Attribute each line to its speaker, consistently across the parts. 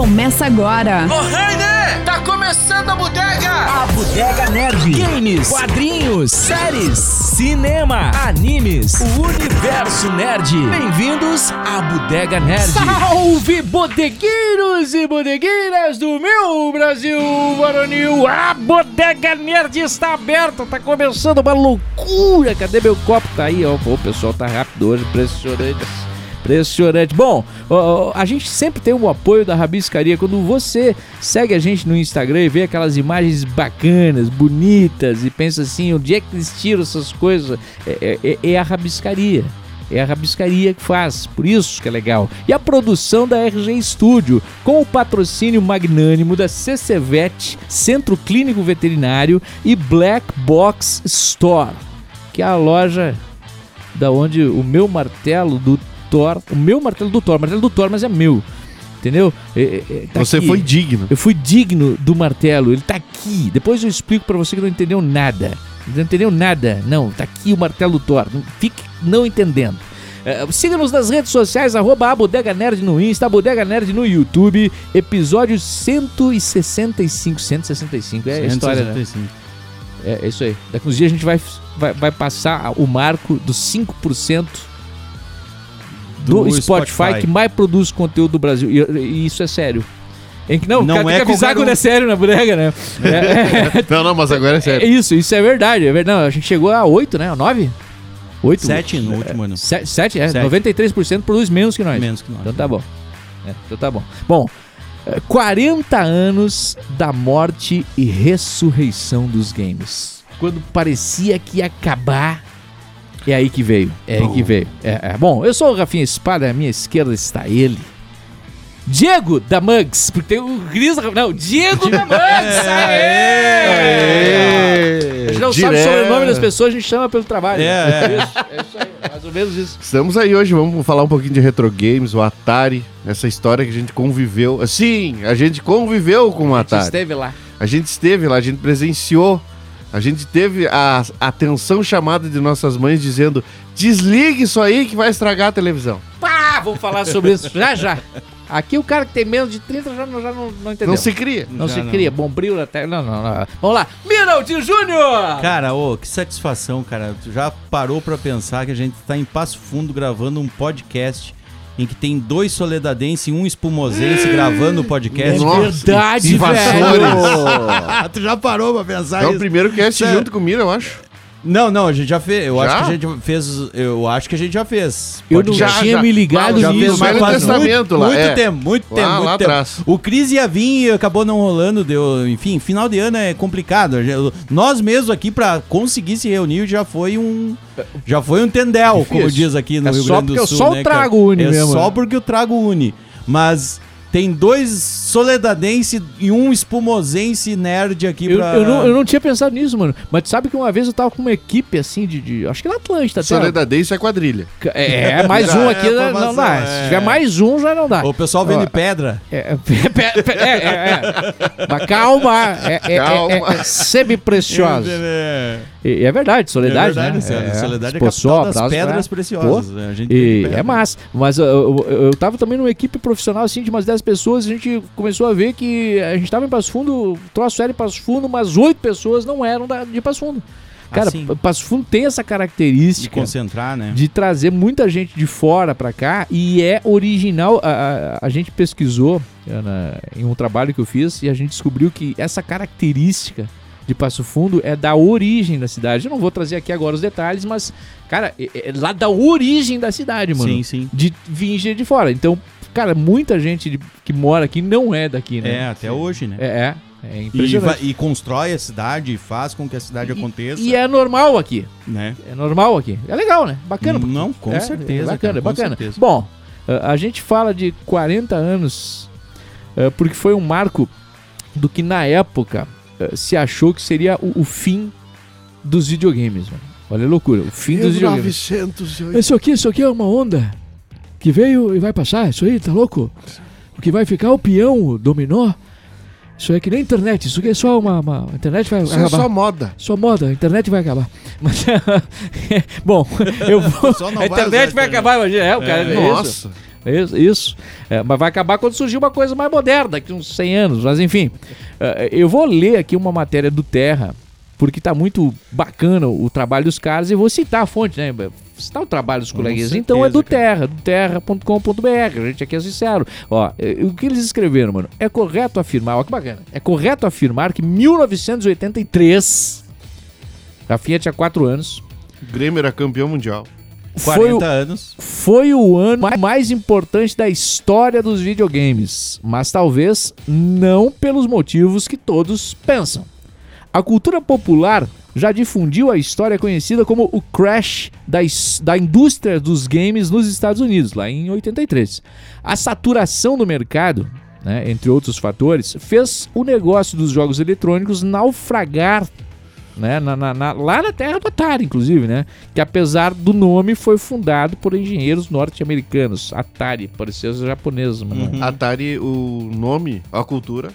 Speaker 1: Começa agora!
Speaker 2: Ô, Rainer! Tá começando a bodega!
Speaker 3: A Bodega Nerd. Games, quadrinhos, séries, cinema, animes, o universo nerd. Bem-vindos à Bodega Nerd.
Speaker 4: Salve bodegueiros e bodegueiras do meu Brasil varonil! A bodega nerd está aberta, tá começando uma loucura! Cadê meu copo? Tá aí, ó. Pô, o pessoal tá rápido hoje, impressionante. Impressionante. Bom, ó, a gente sempre tem o apoio da Rabiscaria. Quando você segue a gente no Instagram e vê aquelas imagens bacanas, bonitas, e pensa assim, onde é que eles tiram essas coisas? É- é- é a Rabiscaria. É a rabiscaria que faz, por isso que é legal. E a produção da RG Studio, com o patrocínio magnânimo da CCVET, Centro Clínico Veterinário e Black Box Store, que é a loja da onde o meu martelo do Thor, o meu martelo do Thor, martelo do Thor, mas é meu. Entendeu? É, é, é, tá
Speaker 5: Você
Speaker 4: aqui.
Speaker 5: foi digno.
Speaker 4: Eu fui digno do martelo, ele tá aqui. Depois eu explico pra você que não entendeu nada. Não entendeu nada. Não, tá aqui o martelo do Thor. Não- Fique não entendendo. Eh, Siga-nos nas redes sociais, arroba a Bodega Nerd no Insta, a Bodega Nerd no YouTube, episódio 165. 165 é a história, né?
Speaker 5: 165.
Speaker 4: É, é isso aí. Daqui uns dias a gente vai, vai, vai passar o marco dos 5% do,
Speaker 5: Do
Speaker 4: Spotify,
Speaker 5: Spotify.
Speaker 4: que mais produz conteúdo do Brasil. E, e isso é sério. Em que, não,
Speaker 5: Não
Speaker 4: o cara
Speaker 5: é
Speaker 4: tem que avisar
Speaker 5: qualquer
Speaker 4: quando
Speaker 5: um.
Speaker 4: é sério na bodega, né? É,
Speaker 5: Não, não, mas agora é
Speaker 4: é- é
Speaker 5: sério.
Speaker 4: isso, isso é verdade. É verdade. Não, a gente chegou a 8, né? 9? 8?
Speaker 6: 7 no último ano.
Speaker 4: 7, é.
Speaker 6: Sete.
Speaker 4: 93% produz menos que nós.
Speaker 6: Menos que nós.
Speaker 4: Então tá bom. É, então tá bom. Bom, é, 40 anos da morte e ressurreição dos games. Quando parecia que ia acabar, é aí que veio. É aí que veio. É, é. Bom, eu sou o Rafinha Espada, à minha esquerda está ele. Diego da Mugs, porque tem o Gris. Não, Diego da Mugs! Aê! A gente não sabe sobre o nome das pessoas, a gente chama pelo trabalho.
Speaker 6: É, é.
Speaker 4: Isso, é isso aí, mais ou menos isso.
Speaker 5: Estamos aí hoje, vamos falar um pouquinho de retro games, o Atari, essa história que a gente conviveu. Sim, a gente conviveu com o
Speaker 4: Você
Speaker 5: Atari.
Speaker 4: esteve lá.
Speaker 5: A gente esteve lá, a gente presenciou, a gente teve a a atenção chamada de nossas mães dizendo: desligue isso aí que vai estragar a televisão.
Speaker 4: Pá, vamos falar sobre isso já já. Aqui o cara que tem menos de 30 já, não- já não, não entendeu.
Speaker 5: Não se cria.
Speaker 4: Não
Speaker 6: Já
Speaker 4: se
Speaker 6: não.
Speaker 4: cria. Bombril na tela. Não, não, não. Vamos lá. Miraldi Júnior!
Speaker 6: Cara, ô, que satisfação, cara. Tu já parou pra pensar que a gente tá em Passo Fundo gravando um podcast em que tem dois soledadenses e um espumosense gravando o podcast.
Speaker 5: Nossa,
Speaker 4: verdade,
Speaker 5: invasores.
Speaker 6: Ah, tu já parou pra pensar
Speaker 5: É o primeiro cast
Speaker 6: Sério.
Speaker 5: junto com o Mira, eu acho.
Speaker 6: Não, não, a gente já fez. Eu
Speaker 5: Já?
Speaker 6: acho que a gente fez. Eu acho que a gente já fez.
Speaker 4: Eu não
Speaker 6: podcast.
Speaker 5: Já,
Speaker 4: tinha
Speaker 5: já.
Speaker 4: me ligado
Speaker 5: Já
Speaker 6: já
Speaker 4: nisso.
Speaker 6: fez
Speaker 5: no Velho
Speaker 6: faz
Speaker 5: Testamento
Speaker 6: muito,
Speaker 5: lá,
Speaker 6: Muito
Speaker 5: é.
Speaker 6: tempo, muito
Speaker 5: Lá-
Speaker 6: tempo, muito
Speaker 5: lá
Speaker 6: tempo.
Speaker 5: atrás.
Speaker 6: O Cris ia vir e acabou não rolando, deu, enfim, final de ano é complicado. A gente- Nós mesmos aqui pra conseguir se reunir já foi um já foi um tendel, como diz aqui no
Speaker 4: É
Speaker 6: Rio
Speaker 4: só
Speaker 6: Grande do
Speaker 4: porque
Speaker 6: Sul,
Speaker 4: só o
Speaker 6: né, cara?
Speaker 4: trago une
Speaker 6: é
Speaker 4: mesmo,
Speaker 6: só
Speaker 4: né?
Speaker 6: porque o trago une. Mas tem dois soledadense e um espumosense nerd aqui
Speaker 4: Eu,
Speaker 6: pra
Speaker 4: eu não, eu não tinha pensado nisso, mano. Mas tu sabe que uma vez eu tava com uma equipe assim de. de- acho que na Atlântida, até.
Speaker 5: Solidadência é quadrilha.
Speaker 4: É, mais
Speaker 6: Já
Speaker 4: um
Speaker 6: é
Speaker 4: aqui
Speaker 6: a
Speaker 4: não dá.
Speaker 6: formação,
Speaker 4: Se
Speaker 6: é.
Speaker 4: tiver mais um, já não dá.
Speaker 6: O pessoal
Speaker 4: Ó.
Speaker 6: vende pedra.
Speaker 4: É, pe- pe- é, é, é. Mas calma, é, é,
Speaker 5: Calma.
Speaker 4: é, é, é semi-preciosa. E, e é verdade, soledade,
Speaker 6: né? é verdade,
Speaker 4: né?
Speaker 6: Sandro. Soledade é a
Speaker 4: expulsou,
Speaker 6: capital das
Speaker 4: aplausos pra-
Speaker 6: pedras preciosas.
Speaker 4: Pô,
Speaker 6: né? A gente tem
Speaker 4: E
Speaker 6: pedra.
Speaker 4: é massa, mas eu, eu, eu tava também numa equipe profissional assim de umas 10 pessoas, a gente começou a ver que a gente tava em Passo Fundo, o troço era em Passo Fundo, mas oito pessoas não eram da- de Passo Fundo. Cara,
Speaker 6: Assim.
Speaker 4: Passo Fundo tem essa
Speaker 6: de
Speaker 4: característica
Speaker 6: concentrar, né?
Speaker 4: de trazer muita gente de fora pra cá e é original. A, a, a gente pesquisou é, na- em um trabalho que eu fiz e a gente descobriu que essa característica de Passo Fundo é da origem da cidade. Eu não vou trazer aqui agora os detalhes, mas, cara, é, é lá da origem da cidade, mano.
Speaker 6: Sim, sim.
Speaker 4: De vir gente de fora. Então, cara, muita gente de- que mora aqui não é daqui,
Speaker 6: É,
Speaker 4: né?
Speaker 6: até hoje, né?
Speaker 4: É, é, é
Speaker 6: E,
Speaker 4: impressionante.
Speaker 6: va- e constrói a cidade e faz com que a cidade aconteça.
Speaker 4: E é normal aqui.
Speaker 6: né?
Speaker 4: É normal aqui. É legal, né? Bacana. porque
Speaker 6: Não, com
Speaker 4: É,
Speaker 6: certeza.
Speaker 4: É bacana,
Speaker 6: cara,
Speaker 4: é
Speaker 6: com
Speaker 4: bacana.
Speaker 6: certeza.
Speaker 4: Bom, eh, a a gente fala de 40 anos eh, porque foi um marco do que na época eh, se achou que seria o, o fim dos videogames, mano. Olha a loucura, o fim dos videogames.
Speaker 5: 1908.
Speaker 4: Isso aqui, isso aqui é uma onda que veio e vai passar, isso aí, tá louco? O que vai ficar é o peão, o dominó. Isso é que nem internet, isso aqui é só uma. uma- a internet vai
Speaker 5: Isso é só moda.
Speaker 4: só moda, a internet vai acabar. Mas, bom, eu vou.
Speaker 6: Só não
Speaker 4: a
Speaker 6: vai usar
Speaker 4: internet vai
Speaker 6: internet.
Speaker 4: acabar, imagina. É, o cara. é isso.
Speaker 5: Nossa.
Speaker 4: Isso. isso. É, mas vai acabar quando surgir uma coisa mais moderna, daqui uns 100 anos. Mas enfim, é, eu vou ler aqui uma matéria do Terra, porque tá muito bacana o trabalho dos caras e vou citar a fonte, né? Citar o trabalho dos coleguinhas. Então é do Terra, do terra.com.br. A gente aqui é sincero. Ó, é, o que eles escreveram, mano? É correto afirmar, ó que bacana. É correto afirmar que 1983, Rafinha tinha 4 anos,
Speaker 5: O Grêmio era campeão mundial.
Speaker 4: foi o-
Speaker 6: 40 anos.
Speaker 4: foi o ano ma- mais importante da história dos videogames, mas talvez não pelos motivos que todos pensam. A cultura popular já difundiu a história conhecida como o crash da, his- da indústria dos games nos Estados Unidos, lá em 83. A saturação do mercado, né, entre outros fatores, fez o negócio dos jogos eletrônicos naufragar né, na- na- na- lá na terra do Atari, inclusive, né? Que apesar do nome, foi fundado por engenheiros norte-americanos. Atari, parecia os japoneses, mano.
Speaker 5: Uhum.
Speaker 6: Hum.
Speaker 5: Atari, o nome, a cultura.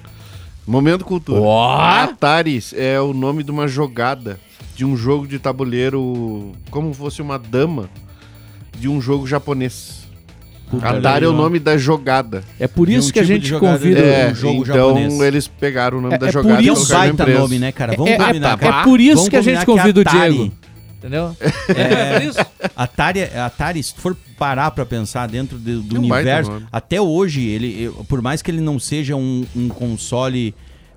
Speaker 5: Momento cultura.
Speaker 4: Ó!
Speaker 5: Atari é o nome de uma jogada, de um jogo de tabuleiro, como fosse uma dama, de um jogo japonês. Atari é o nome da jogada.
Speaker 4: É por isso
Speaker 6: um
Speaker 4: que a
Speaker 6: tipo de
Speaker 4: gente
Speaker 6: jogada
Speaker 4: convida...
Speaker 6: de-
Speaker 5: É,
Speaker 6: um jogo
Speaker 5: então
Speaker 6: japonês.
Speaker 5: eles pegaram o nome
Speaker 6: É,
Speaker 5: da
Speaker 6: é
Speaker 5: jogada
Speaker 6: por
Speaker 5: e
Speaker 6: isso
Speaker 5: colocaram na
Speaker 6: baita
Speaker 5: empresa.
Speaker 6: nome, né, cara? Vamos
Speaker 4: É- é-
Speaker 6: combinar,
Speaker 4: é
Speaker 6: cara.
Speaker 4: por isso
Speaker 6: Vamos
Speaker 4: que a gente
Speaker 6: combinar
Speaker 4: convida o
Speaker 6: Atari-
Speaker 4: Diego. Entendeu? É, por isso.
Speaker 6: Atari, Atari, se tu for parar pra pensar dentro de- do
Speaker 5: É um baita
Speaker 6: universo,
Speaker 5: nome.
Speaker 6: até hoje, ele, eu- por mais que ele não seja um, um console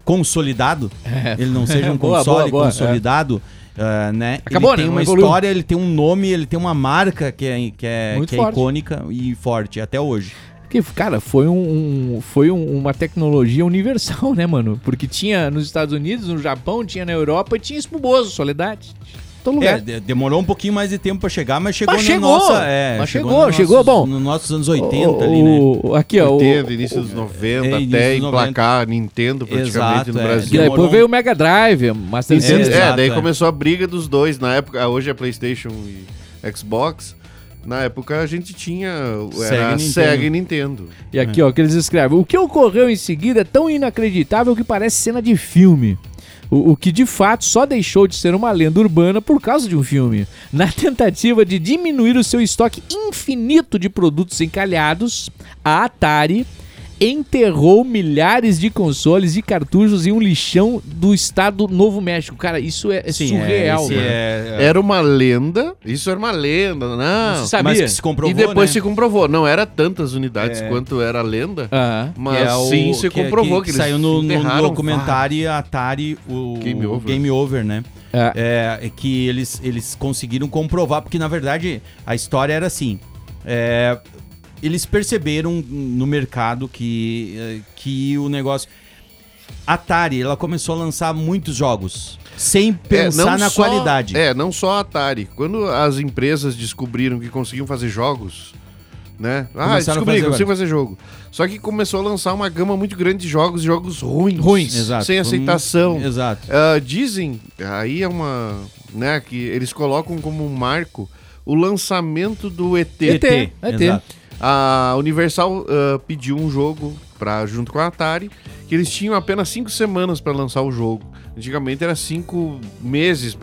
Speaker 6: consolidado, ele não seja um
Speaker 4: É. Boa,
Speaker 6: console
Speaker 4: boa, boa,
Speaker 6: consolidado, ah, né?
Speaker 4: Acabou, né?
Speaker 6: ele tem
Speaker 4: Não
Speaker 6: uma
Speaker 4: evoluiu.
Speaker 6: história, ele tem um nome, ele tem uma marca que é, que é,
Speaker 4: Muito
Speaker 6: que é
Speaker 4: forte.
Speaker 6: icônica e forte até hoje.
Speaker 4: Porque, cara, foi, um, um- foi um- uma tecnologia universal, né, mano? Porque tinha nos Estados Unidos, no Japão, tinha na Europa e tinha isso pro Bozo, Soledade. Todo
Speaker 6: É,
Speaker 4: lugar.
Speaker 6: de- demorou um pouquinho mais de tempo pra chegar, mas chegou
Speaker 4: Mas
Speaker 6: no
Speaker 4: chegou,
Speaker 6: nossa, é,
Speaker 4: mas
Speaker 6: no
Speaker 4: chegou, chegou, bom.
Speaker 6: Nos nossos anos 80 ali, né?
Speaker 4: O- o- Aqui, ó. o-
Speaker 5: 80, início dos 90,
Speaker 6: é, início
Speaker 5: até
Speaker 6: dos 90.
Speaker 5: emplacar Nintendo praticamente
Speaker 6: Exato,
Speaker 5: no
Speaker 6: é.
Speaker 4: que
Speaker 5: Brasil.
Speaker 6: Demorou
Speaker 4: depois
Speaker 6: um-
Speaker 4: veio o Mega Drive, Master
Speaker 5: Nintendo-
Speaker 4: System.
Speaker 5: é,
Speaker 6: exato,
Speaker 5: daí
Speaker 6: é.
Speaker 5: começou a briga dos dois. Na época, ah, hoje é PlayStation e Xbox. Na época a gente tinha
Speaker 6: Sega
Speaker 5: era
Speaker 6: e
Speaker 5: Sega e Nintendo.
Speaker 4: E
Speaker 6: É.
Speaker 4: aqui, ó, que eles escrevem: O que ocorreu em seguida é tão inacreditável que parece cena de filme. O, o que de fato só deixou de ser uma lenda urbana por causa de um filme. Na tentativa de diminuir o seu estoque infinito de produtos encalhados, a Atari enterrou milhares de consoles e cartuchos em um lixão do estado Novo México. Cara, isso é, é
Speaker 6: Sim, é,
Speaker 4: surreal,
Speaker 6: esse
Speaker 4: mano.
Speaker 6: é-
Speaker 5: Era uma lenda. Isso era uma lenda, não.
Speaker 4: Você sabia?
Speaker 6: mas que se comprovou,
Speaker 5: e depois
Speaker 6: né? É.
Speaker 5: se comprovou. Não era tantas unidades quanto era a lenda,
Speaker 4: Ah.
Speaker 5: mas
Speaker 6: Que é o-
Speaker 5: sim se
Speaker 6: que-
Speaker 5: comprovou que, eles
Speaker 6: saiu no, no
Speaker 5: enterraram Ah.
Speaker 6: documentário Atari o
Speaker 5: Game Over.
Speaker 6: Game Over, né?
Speaker 4: É.
Speaker 6: É, é que eles eles conseguiram comprovar porque na verdade a história era assim. é, eles perceberam no mercado que é, que o negócio Atari, ela começou a lançar muitos jogos sem
Speaker 5: É,
Speaker 6: pensar
Speaker 5: não
Speaker 6: na
Speaker 5: só-
Speaker 6: qualidade.
Speaker 5: É, não só a Atari. Quando as empresas descobriram que conseguiam fazer jogos, né? Ah,
Speaker 6: Começaram a
Speaker 5: descobri,
Speaker 6: fazer
Speaker 5: consigo fazer jogo. Só que começou a lançar uma gama muito grande de jogos, jogos ruins.
Speaker 6: Ruins, exato.
Speaker 5: Sem
Speaker 6: Hum,
Speaker 5: aceitação.
Speaker 6: Exato.
Speaker 5: Ah, dizem, aí é uma, né, que eles colocam como um marco o lançamento do ET.
Speaker 4: ET. ET.
Speaker 6: exato.
Speaker 5: A Universal ah, pediu um jogo para junto com a Atari, que eles tinham apenas cinco semanas para lançar o jogo. Antigamente era cinco meses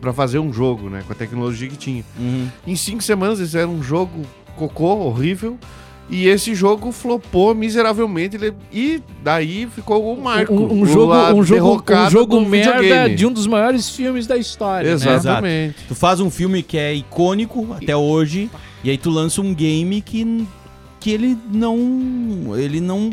Speaker 5: para fazer um jogo, né? Com a tecnologia que tinha.
Speaker 6: Uhum.
Speaker 5: Em cinco semanas eles fizeram um jogo cocô, horrível. E esse jogo flopou miseravelmente ele- e daí ficou o marco.
Speaker 4: Um, um
Speaker 5: o
Speaker 4: jogo,
Speaker 5: a
Speaker 4: um jogo, um
Speaker 5: derrocada
Speaker 4: jogo
Speaker 5: do
Speaker 4: merda
Speaker 5: videogame.
Speaker 4: de um dos maiores filmes da história. né?
Speaker 5: Exatamente.
Speaker 6: Tu faz um filme que é icônico até hoje, e aí tu lança um game que que ele não ele não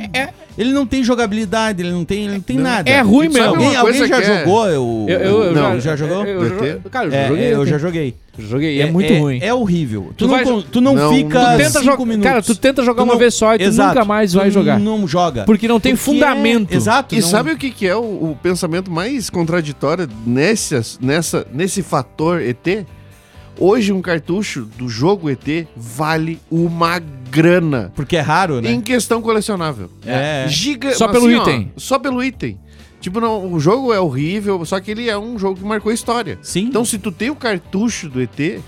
Speaker 6: ele não tem jogabilidade, ele não tem, ele não tem nada.
Speaker 4: É ruim
Speaker 5: Sabe
Speaker 4: mesmo.
Speaker 5: uma
Speaker 6: Alguém, alguém
Speaker 5: coisa
Speaker 6: já
Speaker 5: que é-
Speaker 6: jogou? Eu,
Speaker 4: Eu, eu, eu
Speaker 5: Não,
Speaker 6: já jogou?
Speaker 4: Eu,
Speaker 5: Do
Speaker 4: eu-
Speaker 5: ET?
Speaker 4: cara, eu
Speaker 6: É,
Speaker 4: joguei.
Speaker 6: eu
Speaker 4: até.
Speaker 6: já joguei.
Speaker 4: Joguei. É, muito ruim.
Speaker 6: É horrível. Tu,
Speaker 4: Tu
Speaker 6: não,
Speaker 4: vai
Speaker 6: con- tu não,
Speaker 5: Não,
Speaker 6: fica
Speaker 5: não.
Speaker 4: tenta
Speaker 6: cinco
Speaker 4: jogar-
Speaker 6: minutos.
Speaker 4: Cara, tu tenta jogar
Speaker 6: Tu
Speaker 4: uma
Speaker 6: não-
Speaker 4: vez só e tu
Speaker 6: Exato,
Speaker 4: nunca mais vai
Speaker 6: tu
Speaker 4: jogar.
Speaker 6: Não joga.
Speaker 4: Porque não tem
Speaker 6: Porque
Speaker 4: fundamento.
Speaker 6: é- exato.
Speaker 5: E
Speaker 6: não-
Speaker 5: sabe o que, que é o, o pensamento mais contraditório nessas, nessa, nesse fator ET? Hoje um cartucho do jogo ET vale uma grana.
Speaker 6: Porque é raro, né?
Speaker 5: Em questão colecionável.
Speaker 6: É.
Speaker 5: Giga,
Speaker 4: Só
Speaker 5: mas
Speaker 4: pelo
Speaker 5: ó,
Speaker 4: item.
Speaker 5: só pelo item. Tipo, não, o jogo é horrível, só que ele é um jogo que marcou a história.
Speaker 6: Sim.
Speaker 5: Então, se tu tem o cartucho do ET,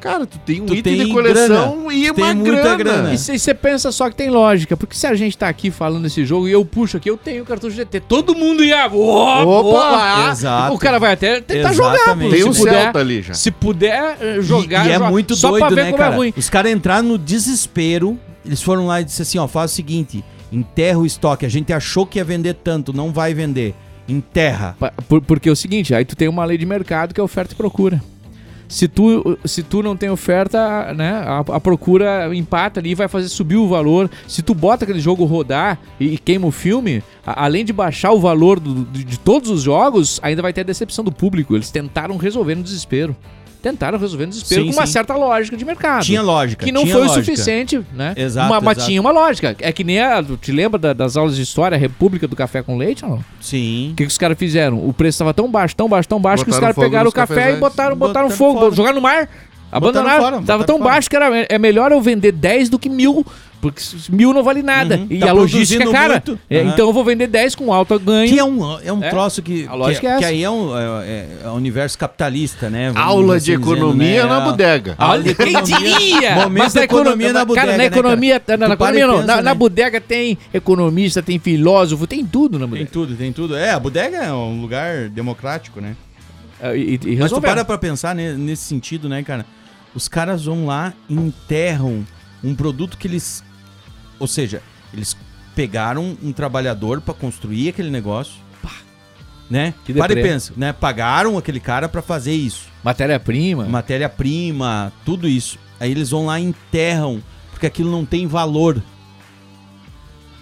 Speaker 5: cara, tu tem um
Speaker 6: Tu
Speaker 5: item
Speaker 6: tem
Speaker 5: de coleção e
Speaker 6: Tu
Speaker 5: uma
Speaker 6: tem muita
Speaker 5: grana.
Speaker 6: grana.
Speaker 4: E você pensa só que tem lógica, porque se a gente tá aqui falando desse jogo e eu puxo aqui, eu tenho o cartucho GT, todo mundo ia. Opa,
Speaker 5: Opa,
Speaker 4: lá.
Speaker 6: exato.
Speaker 4: O cara vai até tentar jogar, pô.
Speaker 6: Exatamente.
Speaker 5: Tem
Speaker 4: se
Speaker 5: um
Speaker 4: puder,
Speaker 5: Celta ali já.
Speaker 4: Se puder eh, jogar,
Speaker 6: e, e é
Speaker 4: joga.
Speaker 6: muito
Speaker 4: só
Speaker 6: doido,
Speaker 4: pra ver
Speaker 6: né,
Speaker 4: como
Speaker 6: cara?
Speaker 4: é ruim.
Speaker 6: Os caras entraram no desespero Eles foram lá e disseram assim, ó, faz o seguinte, enterra o estoque. A gente achou que ia vender tanto, não vai vender. Enterra.
Speaker 4: Pa- por- porque é o seguinte, aí tu tem uma lei de mercado que é oferta e procura. Se tu, se tu não tem oferta, né, a, a procura empata ali e vai fazer subir o valor. Se tu bota aquele jogo rodar e, e queima o filme, a- além de baixar o valor do- de, de todos os jogos, ainda vai ter a decepção do público. Eles tentaram resolver no desespero. Tentaram resolver no desespero
Speaker 6: Sim,
Speaker 4: com uma
Speaker 6: sim.
Speaker 4: certa lógica de mercado.
Speaker 6: Tinha lógica.
Speaker 4: Ah, Que não
Speaker 6: tinha
Speaker 4: foi o
Speaker 6: lógica.
Speaker 4: suficiente, né?
Speaker 6: Exato,
Speaker 4: Uma- Mas
Speaker 6: exato.
Speaker 4: tinha uma lógica. É que nem a. tu Te lembra da- das aulas de história, a República do Café com Leite ou não?
Speaker 6: Sim.
Speaker 4: O que, que os caras fizeram? O preço tava tão baixo, tão baixo, tão baixo que os
Speaker 5: Botaram
Speaker 4: caras
Speaker 5: fogo
Speaker 4: pegaram
Speaker 5: nos
Speaker 4: o café e
Speaker 5: cafezais.
Speaker 4: botaram, botaram
Speaker 6: Botaram
Speaker 4: fogo,
Speaker 6: fora.
Speaker 4: jogaram no mar, abandonaram.
Speaker 6: fora,
Speaker 4: tava
Speaker 6: botaram
Speaker 4: tão
Speaker 6: fora.
Speaker 4: baixo que era, é melhor eu vender 10 do que mil, porque s- mil não vale nada.
Speaker 6: Uhum.
Speaker 4: E
Speaker 6: Tá
Speaker 4: a logística é
Speaker 6: produzindo
Speaker 4: cara.
Speaker 6: muito.
Speaker 4: É,
Speaker 6: Aham.
Speaker 4: Então eu vou vender 10 com alto ganho.
Speaker 6: Que é um, é um
Speaker 4: É.
Speaker 6: troço que.
Speaker 4: A lógica
Speaker 6: que,
Speaker 4: é
Speaker 6: que
Speaker 4: essa.
Speaker 6: aí é um é, é um universo capitalista, né? Vamos
Speaker 5: Aula de
Speaker 6: assim dizendo,
Speaker 5: economia
Speaker 6: né?
Speaker 5: na bodega.
Speaker 4: Olha, quem diria?
Speaker 6: Momento economia na bodega,
Speaker 4: Cara, na
Speaker 6: né, cara?
Speaker 4: economia, na, na
Speaker 6: Tu para e
Speaker 4: economia não.
Speaker 6: pensa,
Speaker 4: na, na
Speaker 6: né?
Speaker 4: bodega tem economista, tem filósofo, tem tudo na
Speaker 6: Tem
Speaker 4: bodega.
Speaker 6: tudo, tem tudo. É, a bodega é um lugar democrático, né?
Speaker 4: Ah, E, e, e
Speaker 6: Mas tu
Speaker 4: resolveram.
Speaker 6: para pra pensar ne- nesse sentido, né, cara? Os caras vão lá e enterram um produto que eles. Ou seja, eles pegaram um trabalhador pra construir aquele negócio. Pá. Né?
Speaker 4: Que
Speaker 6: para e
Speaker 4: deprê.
Speaker 6: pensa, né? Pagaram aquele cara pra fazer isso. É.
Speaker 4: Matéria-prima.
Speaker 6: matéria-prima, tudo isso. Aí eles vão lá e enterram, porque aquilo não tem valor.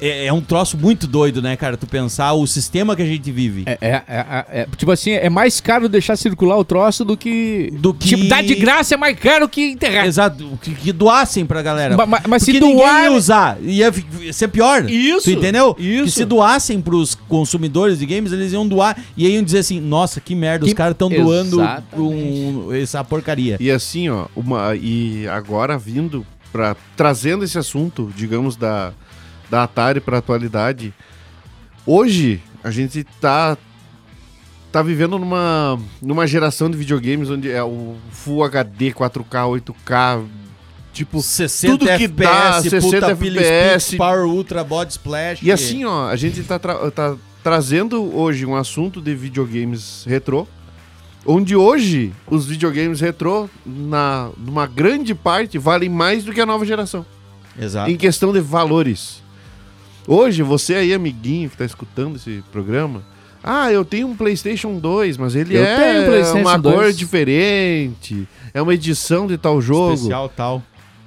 Speaker 6: É, é um troço muito doido, né, cara? Tu pensar o sistema que a gente vive.
Speaker 4: É, é, é, é, é, tipo assim, é mais caro deixar circular o troço do que.
Speaker 6: Do que-
Speaker 4: Tipo, dar de graça é mais caro que enterrar.
Speaker 6: Exato, o que, que doassem pra galera.
Speaker 4: Ma- ma- mas se
Speaker 6: porque
Speaker 4: doar-
Speaker 6: ninguém ia usar, ia, fi- ia ser pior.
Speaker 4: Isso,
Speaker 6: Tu entendeu?
Speaker 4: isso.
Speaker 6: Que se doassem pros consumidores de games, eles iam doar e aí iam dizer assim: nossa, que merda,
Speaker 4: Que-
Speaker 6: os caras estão doando
Speaker 4: Exatamente.
Speaker 6: um- essa porcaria.
Speaker 5: E assim, ó, uma, e agora vindo para trazendo esse assunto, digamos da da Atari para atualidade. Hoje a gente tá tá vivendo numa numa geração de videogames onde é o Full HD, 4K, 8K, tipo
Speaker 6: 60
Speaker 5: tudo que dá, 60
Speaker 6: Pills,
Speaker 5: FPS.
Speaker 6: Pix, Power Ultra, Body Splash.
Speaker 5: E assim, ó, a gente tá, tra- tá trazendo hoje um assunto de videogames retrô, onde hoje os videogames retrô, na, numa grande parte, valem mais do que a nova geração,
Speaker 4: Ah.
Speaker 6: Exato.
Speaker 5: em questão de valores. Hoje, você aí, amiguinho que tá escutando esse programa, ah, eu tenho um PlayStation 2, mas ele
Speaker 4: Eu tenho um
Speaker 5: é
Speaker 4: PlayStation
Speaker 5: uma
Speaker 4: 2.
Speaker 5: cor diferente, é uma edição de tal jogo.
Speaker 6: Especial tal.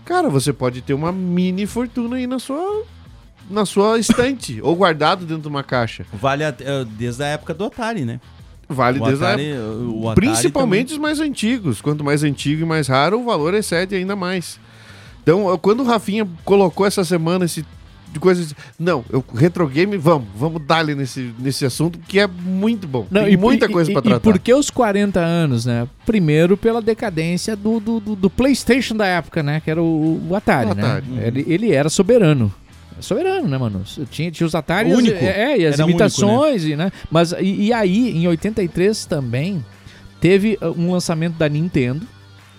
Speaker 5: Cara, você pode ter uma mini fortuna aí na sua na sua estante ou guardado dentro de uma caixa.
Speaker 6: Vale a- eh, desde a época do Atari, né?
Speaker 5: Vale desde a
Speaker 6: Atari, eh, o Atari
Speaker 5: Principalmente os mais antigos. Quanto mais antigo e mais raro, o valor excede ainda mais. Então, eu- quando o Rafinha colocou essa semana esse de coisas, não, eu retro game, vamos, vamos dar-lhe nesse nesse assunto que é muito bom. Tem
Speaker 4: e por-
Speaker 5: muita
Speaker 4: e-
Speaker 5: coisa
Speaker 4: e-
Speaker 5: pra tratar.
Speaker 4: E por que os 40 anos, né? Primeiro pela decadência do, do, do- do PlayStation da época, né? Que era o, o Atari,
Speaker 5: O Atari. Uhum.
Speaker 4: né? Ele, ele era soberano. Soberano, né, mano? Tinha, tinha os Atari. e as-
Speaker 6: Único.
Speaker 4: É, é, e as
Speaker 6: Era único,
Speaker 4: imitações, e, né? Mas e, e aí, em 83 também, teve uh, um lançamento da Nintendo,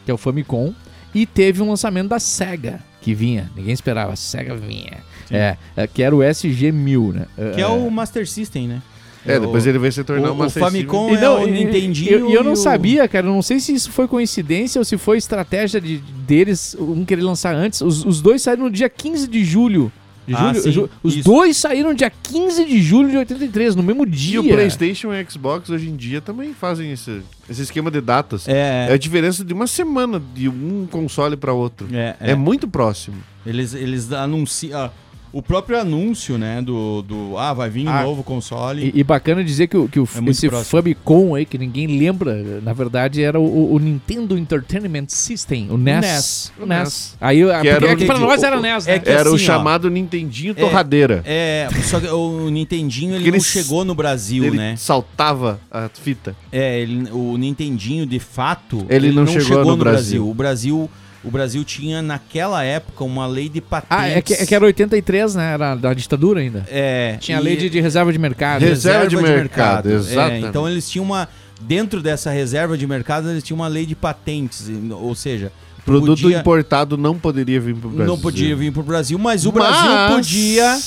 Speaker 4: que é o Famicom, e teve um lançamento da Sega, que vinha. Ninguém esperava, a Sega vinha. É, é, que era o SG-1000, né?
Speaker 6: Que é o Master System, né?
Speaker 5: É, depois ele vai se tornar
Speaker 6: o-
Speaker 5: uma
Speaker 6: o Famicom
Speaker 4: E
Speaker 6: é
Speaker 4: não,
Speaker 6: o
Speaker 4: e-
Speaker 6: Nintendinho
Speaker 4: E eu, e eu
Speaker 6: e
Speaker 4: não
Speaker 6: o-
Speaker 4: sabia, cara. Eu não sei se isso foi coincidência ou se foi estratégia de, deles, um querer lançar antes. Os, os dois saíram no dia 15 de julho. De
Speaker 6: Ah,
Speaker 4: julho?
Speaker 6: sim,
Speaker 4: Ju- os
Speaker 6: isso.
Speaker 4: dois saíram dia 15 de julho de 83, no mesmo
Speaker 5: E
Speaker 4: dia.
Speaker 5: o PlayStation e o Xbox hoje em dia também fazem esse, esse esquema de datas.
Speaker 6: É,
Speaker 5: É a diferença de uma semana de um console pra outro.
Speaker 6: é,
Speaker 5: É.
Speaker 6: é.
Speaker 5: muito próximo.
Speaker 6: Eles, eles anunciam... ah, o próprio anúncio, né? Do, do ah, vai vir um
Speaker 4: Ah.
Speaker 6: novo console.
Speaker 4: E, e bacana dizer que, o- que o,
Speaker 6: É muito
Speaker 4: esse
Speaker 6: próximo.
Speaker 4: Famicom aí, que ninguém lembra, na verdade era o- o, o Nintendo Entertainment System, o NES.
Speaker 6: NES.
Speaker 4: O
Speaker 5: O
Speaker 4: NES. Aí, a-
Speaker 5: Que era
Speaker 4: porque
Speaker 5: o
Speaker 4: aqui pra
Speaker 5: Nintendo-
Speaker 4: nós era NES, né?
Speaker 6: é que-
Speaker 5: Era o
Speaker 6: assim, ó,
Speaker 5: chamado Nintendinho
Speaker 6: é-
Speaker 5: Torradeira.
Speaker 6: É, só que o Nintendinho ele
Speaker 5: Aquele
Speaker 6: não
Speaker 5: s-
Speaker 6: chegou no Brasil,
Speaker 5: ele
Speaker 6: né?
Speaker 5: saltava a fita.
Speaker 6: É, ele- o Nintendinho, de fato,
Speaker 5: Ele não chegou no Brasil.
Speaker 6: O Brasil... O Brasil tinha, naquela época, uma lei de patentes.
Speaker 4: Ah, é que, é que era 83, né? Era da ditadura ainda.
Speaker 6: É,
Speaker 4: Tinha
Speaker 6: e-
Speaker 4: lei de, de reserva de mercado.
Speaker 5: Res- Reserva de mercado,
Speaker 6: É,
Speaker 5: exatamente.
Speaker 6: então eles tinham uma. Dentro dessa reserva de mercado, eles tinham uma lei de patentes. e- Ou seja, tu
Speaker 5: Produto
Speaker 6: podia-
Speaker 5: importado não poderia vir pro Brasil.
Speaker 6: não podia vir para o Brasil, mas o Brasil podia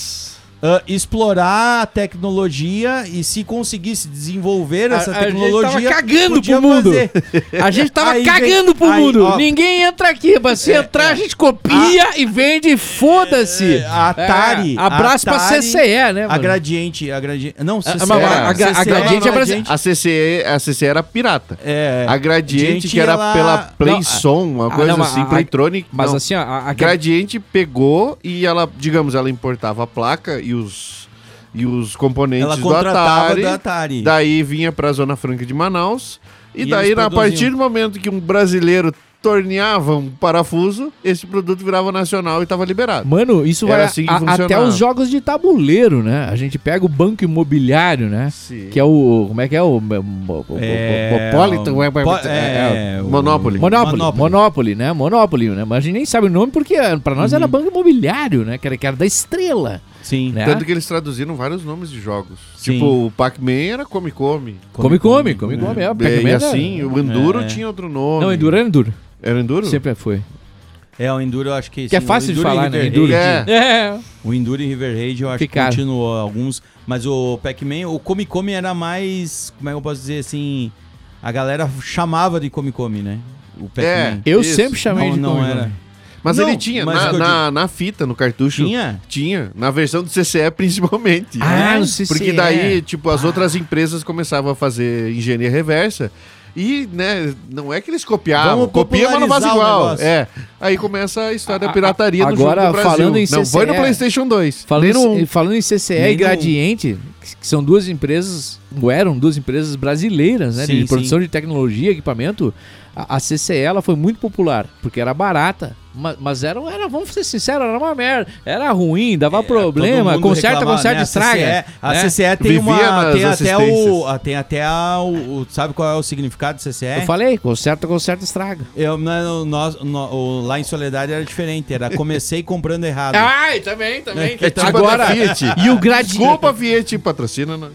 Speaker 6: ah, explorar a tecnologia e se conseguisse desenvolver essa
Speaker 4: a,
Speaker 6: tecnologia.
Speaker 4: gente tava cagando
Speaker 6: podia
Speaker 4: pro mundo.
Speaker 6: fazer.
Speaker 4: A gente tava
Speaker 6: Aí vem-
Speaker 4: cagando pro
Speaker 6: aí,
Speaker 4: mundo.
Speaker 6: ó.
Speaker 4: Ninguém entra aqui. Mas se entrar, a gente copia e vende. Foda-se.
Speaker 6: É, a Atari-
Speaker 4: É, abraço pra
Speaker 6: Atari-
Speaker 4: CCE, né?
Speaker 6: A
Speaker 4: mano? É,
Speaker 6: Gradiente, a Gradiente. Não, CCE,
Speaker 4: mas
Speaker 5: a-
Speaker 4: a Gra- a
Speaker 6: CCE,
Speaker 4: Gradiente é brasi-
Speaker 5: A CCE, a CCE era pirata.
Speaker 6: É.
Speaker 5: A Gradiente,
Speaker 6: Gente,
Speaker 5: que era
Speaker 6: ela-
Speaker 5: pela
Speaker 4: Não, a-
Speaker 5: Playson, uma
Speaker 4: ah,
Speaker 5: coisa
Speaker 4: não, a-
Speaker 5: assim,
Speaker 4: a-
Speaker 5: Playtronic.
Speaker 4: Mas
Speaker 5: não.
Speaker 4: assim, ó, a, a
Speaker 5: A Gradiente pegou e ela, digamos, ela importava a placa e os, e os componentes
Speaker 6: Ela
Speaker 5: do
Speaker 6: contratava
Speaker 5: Atari.
Speaker 6: do Atari.
Speaker 5: Daí vinha para a Zona Franca de Manaus. E,
Speaker 6: E
Speaker 5: daí,
Speaker 6: eles
Speaker 5: na- a
Speaker 6: produziam.
Speaker 5: partir do momento que um brasileiro torneava um parafuso, esse produto virava nacional e estava liberado.
Speaker 4: Mano, isso
Speaker 5: Era
Speaker 4: vai
Speaker 5: assim que
Speaker 4: a- até
Speaker 5: funcionava.
Speaker 4: os jogos de tabuleiro, né? A gente pega o banco imobiliário, né?
Speaker 5: Sim.
Speaker 4: Que é o. Como é que é o. mo- mo- mo-
Speaker 6: É,
Speaker 4: Mopolitan?
Speaker 6: o-
Speaker 4: é, é,
Speaker 6: po-
Speaker 4: é,
Speaker 6: é, o-
Speaker 4: Monopoly,
Speaker 5: Monopoly.
Speaker 4: Monopoly,
Speaker 6: Monopoly.
Speaker 4: né? Monopoly, né? Mas a gente nem sabe o nome porque ah, pra nós era banco imobiliário, né? Que era, que era da estrela,
Speaker 6: Sim.
Speaker 4: né?
Speaker 5: Tanto que eles traduziram vários nomes de jogos.
Speaker 6: É? Sim.
Speaker 5: Tipo, o Pac-Man era Come Come.
Speaker 4: Come, come, come, come. É, o Pac-Man
Speaker 5: E
Speaker 4: era-
Speaker 5: assim, o Enduro
Speaker 6: É.
Speaker 5: tinha outro nome.
Speaker 4: Não, Enduro era Enduro.
Speaker 5: Era Enduro?
Speaker 4: Sempre foi.
Speaker 6: É, o Enduro eu acho que...
Speaker 4: Que é
Speaker 6: sim,
Speaker 4: fácil
Speaker 6: o
Speaker 4: de
Speaker 6: Enduro e
Speaker 4: falar, né?
Speaker 6: River
Speaker 4: Enduro.
Speaker 6: Raid.
Speaker 4: É.
Speaker 6: O Enduro e River Raid eu acho
Speaker 4: Ficaram.
Speaker 6: que continuou alguns. Mas o Pac-Man, o Come Come era mais... Como é que eu posso dizer assim? A galera chamava de Come Come, né? O
Speaker 5: É.
Speaker 6: Pac-Man.
Speaker 4: Eu
Speaker 5: Isso.
Speaker 4: sempre chamei
Speaker 6: Não,
Speaker 4: de
Speaker 6: não
Speaker 4: Come
Speaker 6: era.
Speaker 4: Come.
Speaker 5: Mas
Speaker 6: Não,
Speaker 5: ele tinha,
Speaker 6: mas
Speaker 5: na-
Speaker 6: o que eu
Speaker 5: na, na fita, no cartucho.
Speaker 6: Tinha?
Speaker 5: Tinha, na versão do CCE principalmente.
Speaker 6: É?
Speaker 4: Ah, no CCE.
Speaker 5: Porque daí, tipo,
Speaker 4: Ah.
Speaker 5: as outras empresas começavam a fazer engenharia reversa. E, né, não é que eles copiavam,
Speaker 6: Vamos
Speaker 5: copia, mas não faz
Speaker 6: popularizar o
Speaker 5: igual.
Speaker 6: negócio.
Speaker 5: É. Aí começa a história
Speaker 4: A-
Speaker 5: da
Speaker 4: a-
Speaker 5: pirataria no
Speaker 4: agora,
Speaker 5: jogo do Brasil.
Speaker 4: falando em
Speaker 5: não foi no
Speaker 4: CCE,
Speaker 5: PlayStation 2. nem no
Speaker 4: Falando,
Speaker 5: 1.
Speaker 4: em- falando em CCE e
Speaker 6: Nem no-
Speaker 4: Gradiente, que- que são duas empresas, ou eram duas empresas brasileiras, né? de
Speaker 6: Sim,
Speaker 4: produção de tecnologia, equipamento. A, a CCE ela foi muito popular, porque era barata. ma- Mas, era, era, vamos ser sinceros, era uma merda. Era ruim, dava
Speaker 6: É, Todo
Speaker 4: problema.
Speaker 6: mundo
Speaker 4: Conserta,
Speaker 6: reclamava,
Speaker 4: conserta,
Speaker 6: né?
Speaker 4: estraga.
Speaker 6: A
Speaker 4: né?
Speaker 6: CCE, a CCE tem
Speaker 5: Vivia
Speaker 6: uma...
Speaker 5: nas
Speaker 6: Tem até o...
Speaker 5: assistências.
Speaker 6: a- Tem até a- o, o- Sabe qual é o significado do CCE?
Speaker 4: Eu falei, conserta, conserta, estraga.
Speaker 6: Eu, na- no- nós, no- o- lá em Soledade era diferente, era comecei comprando errado.
Speaker 4: Ai, também, também.
Speaker 5: É tipo
Speaker 4: Agora,
Speaker 5: a da Fiat.
Speaker 4: e o gradiente.
Speaker 5: Desculpa, Fiat, patrocina. né?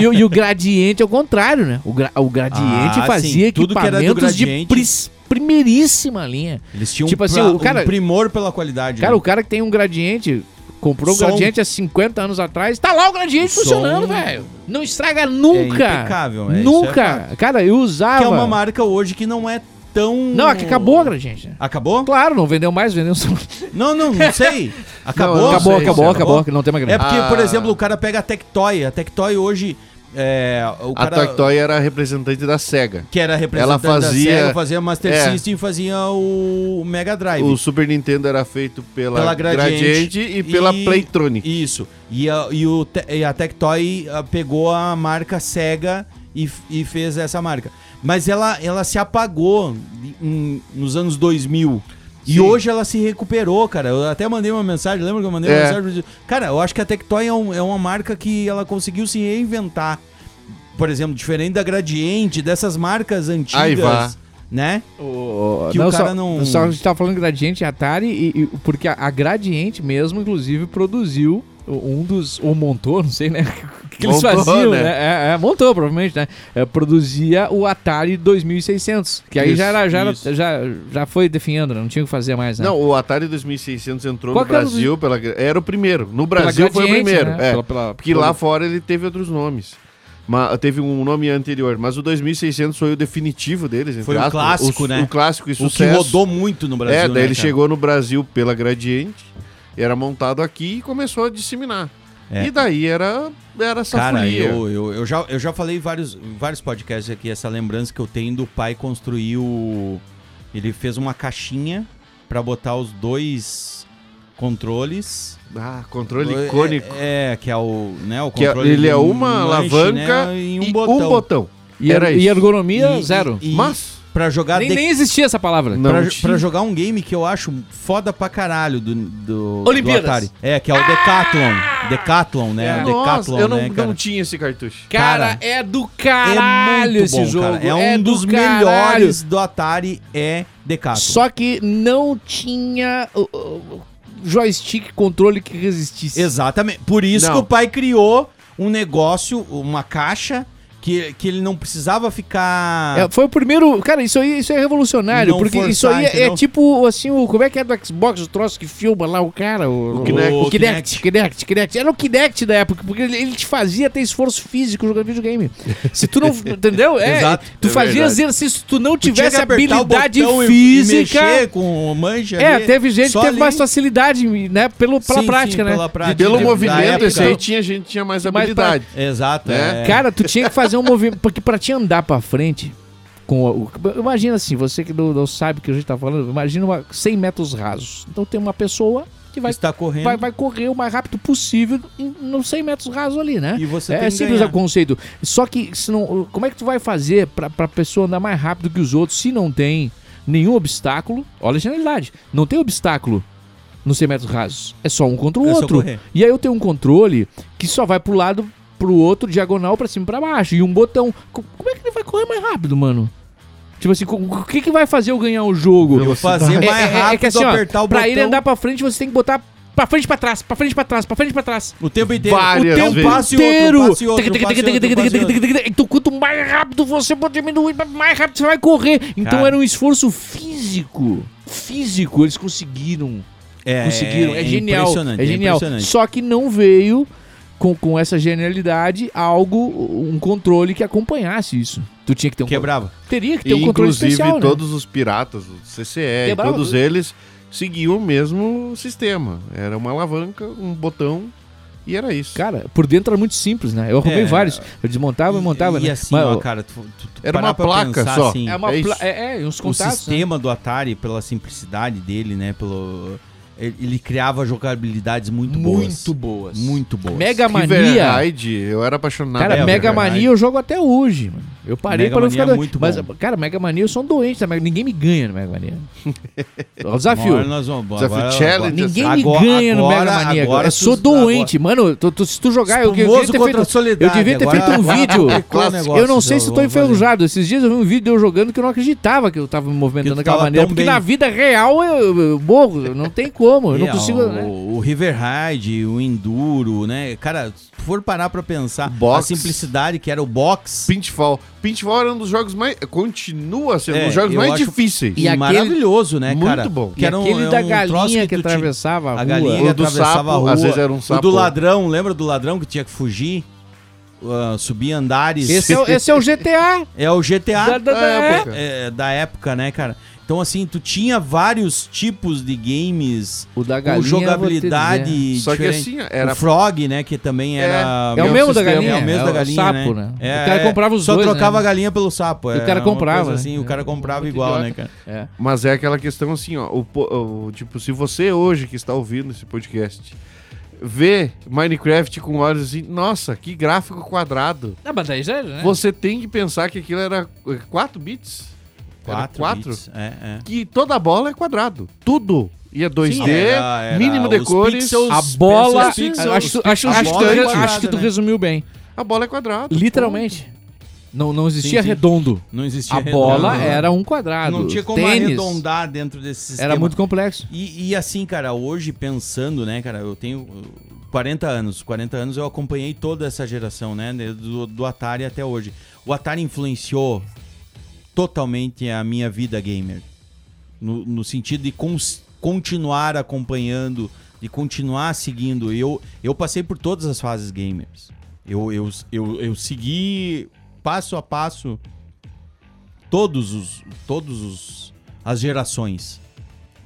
Speaker 4: E, o- e o gradiente é o contrário, né? O, gra- o gradiente
Speaker 6: Ah,
Speaker 4: fazia
Speaker 6: sim, tudo que era do
Speaker 4: equipamentos de
Speaker 6: Gradiente.
Speaker 4: pris- primeiríssima linha.
Speaker 6: Eles tinham
Speaker 4: Tipo
Speaker 6: um
Speaker 4: assim,
Speaker 6: pra-
Speaker 4: o cara-
Speaker 6: um primor pela qualidade.
Speaker 4: Cara,
Speaker 6: né?
Speaker 4: o cara que tem um gradiente, comprou
Speaker 6: Som.
Speaker 4: um gradiente há 50 anos atrás, tá lá o gradiente
Speaker 6: Som.
Speaker 4: funcionando, velho. Não estraga nunca.
Speaker 6: É impecável, é, isso é
Speaker 4: Nunca. cara, eu usava.
Speaker 6: que é uma marca hoje que não é tão
Speaker 4: Ah, Não, é que acabou o gradiente. né?
Speaker 6: Acabou?
Speaker 4: Claro, não vendeu mais, vendeu só.
Speaker 6: Não, não, não sei. Acabou?
Speaker 5: Não, eu não
Speaker 4: acabou,
Speaker 5: sei,
Speaker 4: acabou,
Speaker 5: sei.
Speaker 4: acabou, que não tem mais
Speaker 6: É
Speaker 4: gradiente.
Speaker 6: porque,
Speaker 5: Ah.
Speaker 6: por exemplo, o cara pega a Tectoy, a Tectoy hoje é o
Speaker 5: A
Speaker 6: cara
Speaker 5: Tectoy era a representante da SEGA.
Speaker 6: que era representante
Speaker 5: Ela
Speaker 6: da
Speaker 5: fazia-
Speaker 6: Sega, fazia Master
Speaker 5: é.
Speaker 6: System e fazia o Mega Drive.
Speaker 5: O Super Nintendo era feito pela,
Speaker 6: pela Gradiente,
Speaker 5: Gradiente, e pela Playtronic.
Speaker 6: Isso. E a, e o, Te- e a Tectoy ah, pegou a marca Sega e, f- e fez essa marca. Mas ela, ela se apagou em- nos anos 2000. E
Speaker 5: Sim.
Speaker 6: hoje ela se recuperou, cara. Eu até mandei uma mensagem, lembra que eu mandei uma
Speaker 5: É.
Speaker 6: mensagem? pro Gil? Cara, eu acho que a Tectoy é, um- é uma marca que ela conseguiu se reinventar. Por exemplo, diferente da Gradiente, dessas marcas
Speaker 5: Aí vá.
Speaker 6: antigas, né?
Speaker 4: O-
Speaker 6: que o cara
Speaker 4: só,
Speaker 6: não-
Speaker 4: Só a gente tava falando gradiente e Atari, e, e- porque a, a gradiente mesmo, inclusive, produziu um dos. Ou montou, não sei, né? O que eles
Speaker 5: Montou,
Speaker 4: faziam, né?
Speaker 5: né?
Speaker 4: É, é, montou, provavelmente, né? É, produzia o Atari 2600. Que aí
Speaker 5: Isso,
Speaker 4: já, era, já, era-
Speaker 5: isso.
Speaker 4: já, já foi definhando, né? Não tinha o que fazer mais, né?
Speaker 5: Não, o Atari 2600 entrou
Speaker 4: Qual
Speaker 5: no
Speaker 4: que era o
Speaker 5: Brasil pela Gra- era o primeiro. No
Speaker 4: Pela
Speaker 5: Brasil foi o
Speaker 4: Gradiente,
Speaker 5: primeiro.
Speaker 4: né?
Speaker 5: é.
Speaker 4: Pela- pela-
Speaker 5: Porque lá fora ele teve outros nomes. Ma- teve um nome anterior, mas o 2600 foi o definitivo deles. entre
Speaker 6: Foi o
Speaker 5: aspas.
Speaker 6: clássico,
Speaker 5: o,
Speaker 6: né?
Speaker 5: O clássico e
Speaker 6: O que
Speaker 5: sucesso.
Speaker 6: rodou muito no Brasil.
Speaker 5: é,
Speaker 6: né,
Speaker 5: daí ele
Speaker 6: cara?
Speaker 5: chegou no Brasil pela Gradiente, era montado aqui e começou a disseminar.
Speaker 6: É.
Speaker 5: E daí era, era essa
Speaker 6: Cara,
Speaker 5: folia.
Speaker 6: eu, eu, eu, já, eu já falei em vários, vários podcasts aqui, essa lembrança que eu tenho do pai construir o. Ele fez uma caixinha pra botar os dois controles.
Speaker 5: Ah, controle
Speaker 6: É,
Speaker 5: icônico.
Speaker 6: É, que é o. Né, o
Speaker 5: Que é-
Speaker 6: controle
Speaker 5: ele
Speaker 6: de
Speaker 5: é
Speaker 6: um
Speaker 5: uma
Speaker 6: lanche,
Speaker 5: alavanca
Speaker 6: né, e
Speaker 5: e
Speaker 6: um botão.
Speaker 4: e,
Speaker 5: era
Speaker 4: er- e
Speaker 5: isso.
Speaker 4: ergonomia,
Speaker 6: E-
Speaker 4: zero.
Speaker 6: E, e
Speaker 5: Mas
Speaker 6: pra jogar.
Speaker 4: nem,
Speaker 6: de-
Speaker 4: nem existia essa palavra.
Speaker 5: Não.
Speaker 6: Pra,
Speaker 5: tinha.
Speaker 6: pra jogar um game que eu acho foda pra caralho do, do,
Speaker 4: Olimpíadas. Ah!
Speaker 6: do Atari. É, que é o Decathlon. Decathlon, né? O
Speaker 5: é, Nossa,
Speaker 6: Decathlon,
Speaker 5: eu não,
Speaker 6: né, cara?
Speaker 5: não tinha esse cartucho.
Speaker 4: Cara,
Speaker 6: Cara,
Speaker 4: é do
Speaker 6: É
Speaker 4: caralho
Speaker 6: muito
Speaker 4: esse
Speaker 6: bom,
Speaker 4: jogo.
Speaker 6: cara. É um
Speaker 4: do
Speaker 6: dos
Speaker 4: caralho.
Speaker 6: melhores do Atari é Decathlon.
Speaker 4: Só que não tinha uh, uh, joystick controle que resistisse.
Speaker 6: Exatamente. Por isso
Speaker 5: Não.
Speaker 6: que o pai criou um negócio, uma caixa Que, que ele não precisava ficar.
Speaker 4: É, foi o primeiro. Cara, isso aí, isso é revolucionário.
Speaker 6: Não
Speaker 4: porque
Speaker 6: forçar,
Speaker 4: isso aí é, é
Speaker 6: entendeu?
Speaker 4: tipo assim, o, como é que é do Xbox, o troço que filma lá o cara? O,
Speaker 5: O Kinect.
Speaker 4: O Kinect, Kinect, Kinect. Era o Kinect da época, porque ele, ele te fazia ter esforço físico jogando videogame. Se tu não. entendeu? É,
Speaker 6: Exato,
Speaker 4: tu
Speaker 5: é
Speaker 4: fazia
Speaker 5: verdade.
Speaker 4: exercício, se tu não
Speaker 6: Tu tinha que
Speaker 4: tivesse
Speaker 6: apertar o
Speaker 4: habilidade
Speaker 6: botão e-
Speaker 4: física.
Speaker 6: E mexer com a mancha.
Speaker 4: é,
Speaker 6: ali,
Speaker 4: teve gente que
Speaker 6: só
Speaker 4: teve
Speaker 6: ali.
Speaker 4: mais facilidade, né? Pelo, pela
Speaker 6: Sim,
Speaker 4: prática,
Speaker 6: sim,
Speaker 4: né?
Speaker 6: Pela prática.
Speaker 5: Pelo
Speaker 6: Da
Speaker 5: movimento,
Speaker 6: época.
Speaker 5: esse aí tinha, a gente tinha mais
Speaker 4: pra-
Speaker 5: habilidade.
Speaker 6: Exato.
Speaker 5: Né?
Speaker 6: é.
Speaker 4: Cara, tu tinha que fazer um movimento. Porque pra te andar pra frente. Com o- o- imagina assim, você que não, não sabe o que a gente tá falando, imagina uma, 100 metros rasos. Então tem uma pessoa que vai,
Speaker 6: está correndo.
Speaker 4: vai, vai correr o mais rápido possível em- nos 100 metros rasos ali, né?
Speaker 6: E você tem
Speaker 4: é
Speaker 6: que
Speaker 4: simples
Speaker 6: ganhar.
Speaker 4: o conceito. Só que se não, como é que tu vai fazer pra, pra pessoa andar mais rápido que os outros se não tem nenhum obstáculo? Olha a genialidade. Não tem obstáculo nos 100 metros rasos. É só um contra o
Speaker 6: É só
Speaker 4: outro.
Speaker 6: correr.
Speaker 4: E aí eu tenho um controle que só vai pro lado, pro outro, diagonal, pra cima e pra baixo. E um botão. Co- Como é que ele vai correr mais rápido, mano? Tipo assim, co- o que, que vai fazer eu ganhar o jogo? É,
Speaker 6: Eu vou fazer mais rápido,
Speaker 4: assim, ó,
Speaker 6: apertar o
Speaker 4: pra
Speaker 6: botão.
Speaker 4: ele andar pra frente, você tem que botar pra frente e pra trás, pra frente e pra trás, pra frente e pra trás.
Speaker 6: O tempo inteiro.
Speaker 5: Várias
Speaker 6: o tempo
Speaker 5: vezes.
Speaker 6: passa e
Speaker 4: Inteiro.
Speaker 6: outro, passa e outro, passa e outro, passa e outro.
Speaker 4: Então, quanto mais rápido você pode diminuir, mais rápido você vai correr. Então,
Speaker 6: Cara.
Speaker 4: era um esforço físico. Físico, eles conseguiram.
Speaker 6: É,
Speaker 4: conseguiram. É, genial.
Speaker 6: impressionante,
Speaker 4: é genial.
Speaker 6: impressionante.
Speaker 4: Só que não veio com, com essa genialidade algo, um controle que acompanhasse isso. Tu tinha que ter um
Speaker 6: Quebrava.
Speaker 4: Teria que
Speaker 5: E,
Speaker 4: ter um controle
Speaker 5: inclusive,
Speaker 4: especial, né?
Speaker 5: todos os piratas, o CCE, e
Speaker 4: Quebrava
Speaker 5: todos
Speaker 4: tudo.
Speaker 5: eles seguiam o mesmo sistema. Era uma alavanca, um botão e era isso.
Speaker 4: Cara, por dentro era muito simples, né? Eu arrumei
Speaker 6: É.
Speaker 4: vários. Eu desmontava e montava,
Speaker 6: E,
Speaker 4: né?
Speaker 6: assim,
Speaker 4: Mas,
Speaker 6: ó,
Speaker 4: ó,
Speaker 6: cara, tu, tu- tu
Speaker 5: Era
Speaker 6: parar
Speaker 5: uma
Speaker 6: pra
Speaker 5: placa
Speaker 6: pensar,
Speaker 5: só.
Speaker 6: assim,
Speaker 4: é, uma
Speaker 5: é
Speaker 4: pla-
Speaker 5: isso.
Speaker 4: é, é, uns
Speaker 6: o
Speaker 4: contatos. né?
Speaker 6: sistema do Atari, pela simplicidade dele, né? Pelo, ele, ele criava jogabilidades é muito, boas.
Speaker 4: muito boas.
Speaker 6: Muito boas.
Speaker 4: Mega Mania.
Speaker 5: Riverride, eu era apaixonado.
Speaker 4: Cara,
Speaker 5: por
Speaker 6: é
Speaker 4: Mega
Speaker 5: Riverride.
Speaker 4: Mania eu jogo até hoje, mano. Eu parei
Speaker 6: Mega
Speaker 4: pra não
Speaker 6: Mania
Speaker 4: ficar
Speaker 6: é
Speaker 4: doente.
Speaker 6: muito
Speaker 4: Mas,
Speaker 6: bom.
Speaker 4: cara, Mega Mania eu sou um doente também. Ninguém me ganha no Mega Mania. É o
Speaker 6: Uma
Speaker 4: desafio.
Speaker 6: hora nós vamos-
Speaker 5: Desafio
Speaker 6: agora-
Speaker 5: Challenge.
Speaker 4: Ninguém
Speaker 6: Agora-
Speaker 4: me ganha no Mega
Speaker 6: agora-
Speaker 4: Mania.
Speaker 6: agora
Speaker 4: eu sou
Speaker 6: tu-
Speaker 4: doente, mano. tu- tu- se tu jogar, eu, eu devia
Speaker 6: Famoso
Speaker 4: ter
Speaker 6: contra a
Speaker 4: feito. um- Eu
Speaker 6: solidariedade.
Speaker 4: devia ter
Speaker 6: Agora-
Speaker 4: feito um
Speaker 6: agora
Speaker 4: vídeo.
Speaker 6: complicou o negócio,
Speaker 4: eu não sei se eu tô
Speaker 6: vamos fazer.
Speaker 4: enferrujado. Esses dias eu vi um vídeo de eu jogando que eu não acreditava que eu tava me movimentando
Speaker 6: Que tu
Speaker 4: daquela
Speaker 6: tava
Speaker 4: maneira.
Speaker 6: tão
Speaker 4: Porque
Speaker 6: bem.
Speaker 4: na vida real eu, eu morro. eu Não tem como. Eu não
Speaker 6: É,
Speaker 4: consigo.
Speaker 6: O,
Speaker 4: né?
Speaker 6: o River Ride, o Enduro, né? Cara, se tu for parar pra pensar,
Speaker 5: Box.
Speaker 6: a simplicidade que era o box.
Speaker 5: Pinfall. Pinfall era um dos jogos mais. Continua sendo um
Speaker 6: É,
Speaker 5: dos jogos
Speaker 6: eu
Speaker 5: mais
Speaker 6: acho-
Speaker 5: difíceis.
Speaker 4: E aquele-
Speaker 6: maravilhoso, né,
Speaker 5: Muito
Speaker 6: cara?
Speaker 5: bom.
Speaker 4: E
Speaker 6: era um-
Speaker 4: aquele
Speaker 6: é
Speaker 4: da
Speaker 6: um troço
Speaker 4: galinha que,
Speaker 6: tu tinha-
Speaker 4: atravessava a,
Speaker 6: A
Speaker 4: rua.
Speaker 6: galinha
Speaker 5: Ou
Speaker 6: que
Speaker 5: do
Speaker 6: atravessava
Speaker 5: sapo,
Speaker 6: a rua.
Speaker 5: às vezes era um
Speaker 6: O
Speaker 5: sapo.
Speaker 6: do ladrão, lembra do ladrão que tinha que fugir? Ah, subir andares.
Speaker 4: Esse é, o- esse é o GTA
Speaker 6: É o
Speaker 4: da, da-
Speaker 6: GTA
Speaker 5: Da
Speaker 4: da época.
Speaker 5: época.
Speaker 6: é, da época, né, cara? Então, assim, tu tinha vários tipos de games
Speaker 4: O da
Speaker 6: com
Speaker 4: galinha. eu vou te dizer.
Speaker 6: jogabilidade
Speaker 5: Só que
Speaker 6: é diferente.
Speaker 5: assim,
Speaker 6: O
Speaker 5: era.
Speaker 6: Frog, né, que também
Speaker 5: É,
Speaker 6: era...
Speaker 4: É o
Speaker 5: Meu
Speaker 4: mesmo da
Speaker 5: sistema.
Speaker 4: galinha.
Speaker 6: É o mesmo da galinha,
Speaker 4: sapo, né?
Speaker 6: né?
Speaker 4: o cara comprava os
Speaker 6: só
Speaker 4: dois.
Speaker 6: trocava a
Speaker 4: né?
Speaker 6: galinha pelo sapo.
Speaker 4: E o cara
Speaker 6: era uma
Speaker 4: comprava,
Speaker 6: coisa assim,
Speaker 4: né?
Speaker 6: o cara comprava
Speaker 4: Muito
Speaker 6: igual,
Speaker 4: idiota.
Speaker 6: né, cara?
Speaker 4: É.
Speaker 5: Mas é aquela questão assim, ó. O, po- o- tipo, se você hoje que está ouvindo esse podcast vê Minecraft com olhos assim, nossa, que gráfico quadrado.
Speaker 4: Não, mas daí já era,
Speaker 6: É.
Speaker 4: né?
Speaker 5: Você tem que pensar que aquilo era 4 bits. Era
Speaker 6: Quatro,
Speaker 5: quatro?
Speaker 6: bits, É, é.
Speaker 5: Que toda bola é quadrado. Tudo. E é 2D,
Speaker 6: Sim, era- era
Speaker 5: mínimo de
Speaker 6: os
Speaker 5: cores.
Speaker 6: pixels-
Speaker 4: A
Speaker 6: os
Speaker 4: bola.
Speaker 6: pesos fixos,
Speaker 4: eu Acho,
Speaker 6: os
Speaker 4: acho,
Speaker 6: pixels
Speaker 4: acho que tu,
Speaker 5: quadrados,
Speaker 4: re- acho que tu
Speaker 6: né?
Speaker 4: resumiu bem.
Speaker 5: A bola é quadrada.
Speaker 4: Literalmente. Não, não existia
Speaker 6: Sim, sim.
Speaker 4: redondo.
Speaker 6: Não existia
Speaker 4: A bola
Speaker 6: redondo, né?
Speaker 4: era um quadrado.
Speaker 6: Não tinha como
Speaker 4: Tênis
Speaker 6: arredondar dentro desse sistema.
Speaker 4: Era muito complexo.
Speaker 6: E, e assim, cara, hoje pensando, né, cara, eu tenho uh, 40 anos. 40 anos eu acompanhei toda essa geração, né, de- do, do Atari até hoje. O Atari influenciou totalmente a minha vida gamer. No, no sentido de cons- continuar acompanhando, de continuar seguindo. Eu, eu passei por todas as fases gamers. Eu, eu, eu, eu segui passo a passo todos os, todos os as gerações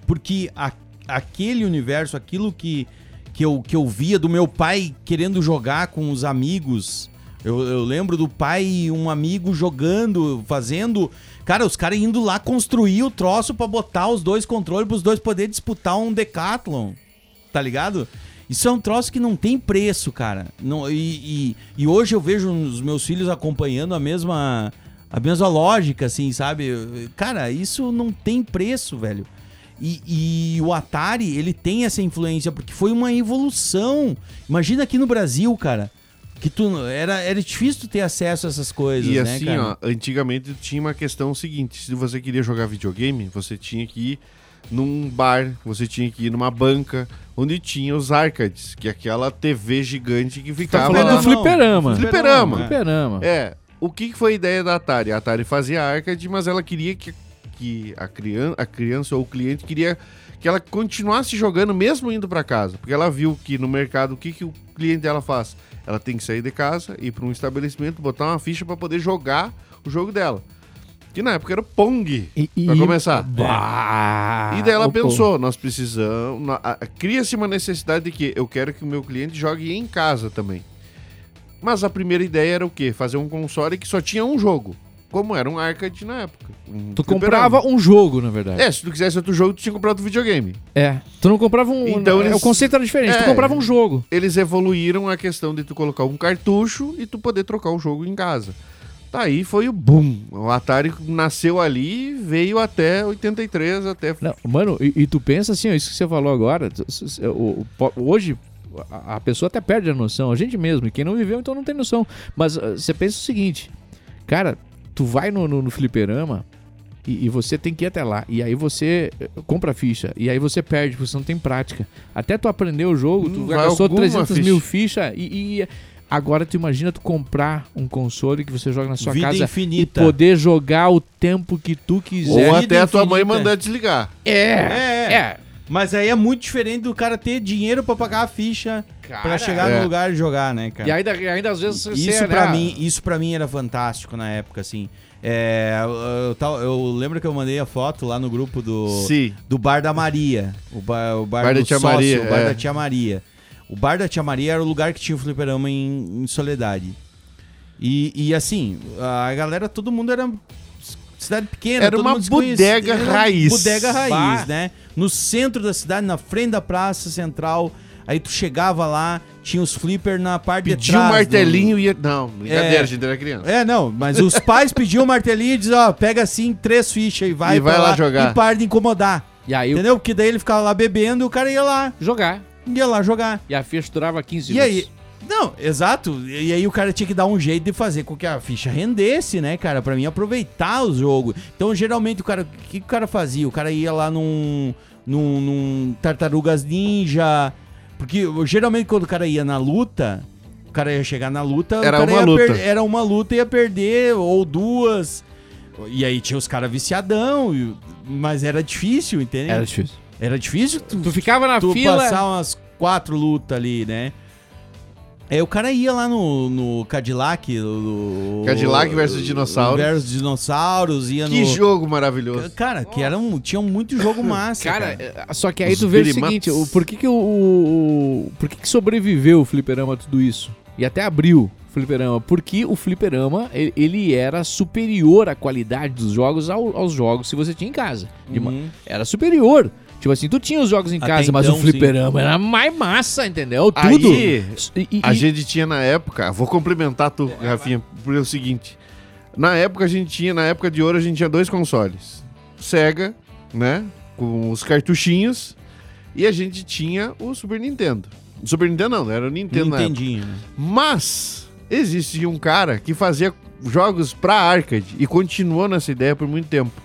Speaker 6: porque a- aquele universo, aquilo que, que, eu, que eu via do meu pai querendo jogar com os amigos. Eu, eu lembro do pai e um amigo jogando, fazendo. Cara, os caras indo lá construir o troço pra botar os dois controles pros dois poder disputar um Decathlon. Tá ligado? Isso é um troço que não tem preço, cara. Não, e, e, e hoje eu vejo os meus filhos acompanhando a mesma, a mesma lógica, assim, sabe? Cara, isso não tem preço, velho. E, e o Atari, ele tem essa influência, porque foi uma evolução. Imagina aqui no Brasil, cara, que tu era, era difícil tu ter acesso a essas coisas,
Speaker 5: E
Speaker 6: né,
Speaker 5: assim,
Speaker 6: cara?
Speaker 5: ó, antigamente tinha uma questão seguinte: se você queria jogar videogame, você tinha que ir num bar, você tinha que ir numa banca, onde tinha os arcades, que é aquela TV gigante que
Speaker 4: Tá
Speaker 5: ficava
Speaker 4: falando
Speaker 5: lá.
Speaker 4: do fliperama.
Speaker 5: Fliperama.
Speaker 4: Fliperama.
Speaker 5: É, o que que foi a ideia da Atari? A Atari fazia arcade, mas ela queria que, que a, criança, a criança ou o cliente queria que ela continuasse jogando mesmo indo para casa, porque ela viu que no mercado o que, que o cliente dela faz? Ela tem que sair de casa, ir para um estabelecimento, botar uma ficha para poder jogar o jogo dela. Que na época era o Pong,
Speaker 4: E- e-
Speaker 5: para começar.
Speaker 4: Bah!
Speaker 5: E daí ela
Speaker 4: Ô, pô.
Speaker 5: pensou, nós precisamos. na- a- a- Cria-se uma necessidade de que eu quero que o meu cliente jogue em casa também. Mas a primeira ideia era o quê? Fazer um console que só tinha um jogo. Como era um arcade na época. um
Speaker 4: Tu
Speaker 5: fliperama.
Speaker 4: comprava um jogo, na verdade.
Speaker 5: É, se tu quisesse outro jogo, tu tinha comprado outro videogame.
Speaker 4: É. Tu não comprava um.
Speaker 5: Então
Speaker 4: é,
Speaker 5: eles-
Speaker 4: O conceito era diferente. Tu
Speaker 5: É.
Speaker 4: comprava um jogo.
Speaker 5: Eles evoluíram a questão de tu colocar um cartucho e tu poder trocar o jogo em casa. Daí foi o boom. O Atari nasceu ali e veio até 83, até
Speaker 4: Não, mano, e, e tu pensa assim, ó, isso que você falou agora. tu- s- s- o- o po- hoje a, a pessoa até perde a noção, a gente mesmo. E quem não viveu, então não tem noção. Mas ah, você pensa o seguinte, cara, tu vai no, no, no fliperama. E, e você tem que ir até lá. E aí você eh, compra a ficha. E aí você perde, porque você não tem prática. Até tu aprender o jogo, tu
Speaker 5: Hum, vai
Speaker 4: gastou
Speaker 5: alguma
Speaker 4: 300 mil fichas. E, e agora tu imagina tu comprar um console que você joga na sua
Speaker 6: Vida
Speaker 4: casa
Speaker 6: infinita.
Speaker 4: e poder jogar o tempo que tu quiser.
Speaker 5: Ou
Speaker 6: Vida
Speaker 5: até a tua mãe
Speaker 6: infinita.
Speaker 5: mandar desligar.
Speaker 4: É,
Speaker 6: É, é.
Speaker 4: é.
Speaker 6: Mas aí é muito diferente do cara ter dinheiro pra pagar a ficha pra chegar
Speaker 5: É.
Speaker 6: no lugar e jogar, né, cara?
Speaker 4: E ainda, ainda às vezes você
Speaker 6: Isso
Speaker 4: né,
Speaker 6: pra mim, isso para mim era fantástico na época, assim. É, eu, tal- eu lembro que eu mandei a foto lá no grupo do
Speaker 5: Sim.
Speaker 6: do bar da Maria, o bar, o bar,
Speaker 5: Bar da
Speaker 6: do
Speaker 5: Tia
Speaker 6: sócio,
Speaker 5: Maria,
Speaker 6: o bar
Speaker 5: é.
Speaker 6: da Tia Maria. O bar da Tia Maria era o lugar que tinha o fliperama em, em Soledade. E, e, assim, a galera, todo mundo era c- cidade pequena.
Speaker 5: Era
Speaker 6: todo
Speaker 5: uma
Speaker 6: mundo se conhecia.
Speaker 5: bodega
Speaker 6: Era uma
Speaker 5: raiz.
Speaker 6: Bodega raiz,
Speaker 5: Bah.
Speaker 6: né? No centro da cidade, na frente da praça central. Aí tu chegava lá, tinha os flipper na parte de
Speaker 5: Pediu um
Speaker 6: trás. do-
Speaker 5: martelinho e. Não, brincadeira,
Speaker 6: É.
Speaker 5: gente era criança.
Speaker 6: é, não, mas os pais pediam o martelinho e diziam, ó, pega assim três fichas e vai,
Speaker 5: E vai
Speaker 6: pra
Speaker 5: lá jogar.
Speaker 6: E para de incomodar.
Speaker 4: E aí eu
Speaker 6: Entendeu? Porque daí ele ficava lá bebendo e o cara ia lá,
Speaker 4: jogar.
Speaker 6: ia lá jogar.
Speaker 4: E a ficha durava 15
Speaker 6: E aí?
Speaker 4: minutos.
Speaker 6: Não, exato. E aí o cara tinha que dar um jeito de fazer com que a ficha rendesse, né, cara? Pra mim aproveitar o jogo. Então, geralmente, o cara. O que o cara fazia? O cara ia lá num. num, num Tartarugas Ninja. Porque geralmente quando o cara ia na luta. O cara ia chegar na luta. o
Speaker 5: Era
Speaker 6: cara
Speaker 5: uma
Speaker 6: ia
Speaker 5: luta.
Speaker 6: per- Era uma luta e ia perder, ou duas. E aí tinha os caras viciadão. e- Mas era difícil, entendeu?
Speaker 4: Era
Speaker 6: Era,
Speaker 4: difícil.
Speaker 6: difícil tu
Speaker 4: Tu ficava na
Speaker 6: tu
Speaker 4: fila.
Speaker 6: passar umas quatro lutas ali, né? É, o cara ia lá no, no Cadillac. No,
Speaker 5: Cadillac versus dinossauros.
Speaker 6: Versus dinossauros, ia
Speaker 5: Que
Speaker 6: É, no.
Speaker 5: jogo maravilhoso.
Speaker 6: Cara, que era um, tinha muito jogo massa.
Speaker 4: Cara,
Speaker 6: cara.
Speaker 4: é, só que aí
Speaker 5: Os
Speaker 4: tu vê o
Speaker 5: beat'em
Speaker 4: seguinte, o,
Speaker 5: ups.
Speaker 4: por que que o, o- o- por que que sobreviveu o fliperama a tudo isso? E até abriu o fliperama, porque o fliperama, e- ele era superior à qualidade dos jogos ao- aos jogos que você tinha em casa. De uma-
Speaker 6: Uhum.
Speaker 4: Era superior. Tipo assim, tu tinha os jogos em
Speaker 6: Até
Speaker 4: casa, mas
Speaker 6: então,
Speaker 4: o fliperama era mais massa, entendeu?
Speaker 5: Aí,
Speaker 4: Tudo. E- e-
Speaker 5: A gente tinha na época, vou complementar tu, Rafinha, por o seguinte. Na época a gente tinha, na época de ouro, a gente tinha dois consoles. Sega, né? Com os cartuchinhos. E a gente tinha o Super Nintendo. O Super Nintendo não, era o Nintendo na época.
Speaker 6: Nintendinho. né?
Speaker 5: Mas existia um cara que fazia jogos pra arcade e continuou nessa ideia por muito tempo.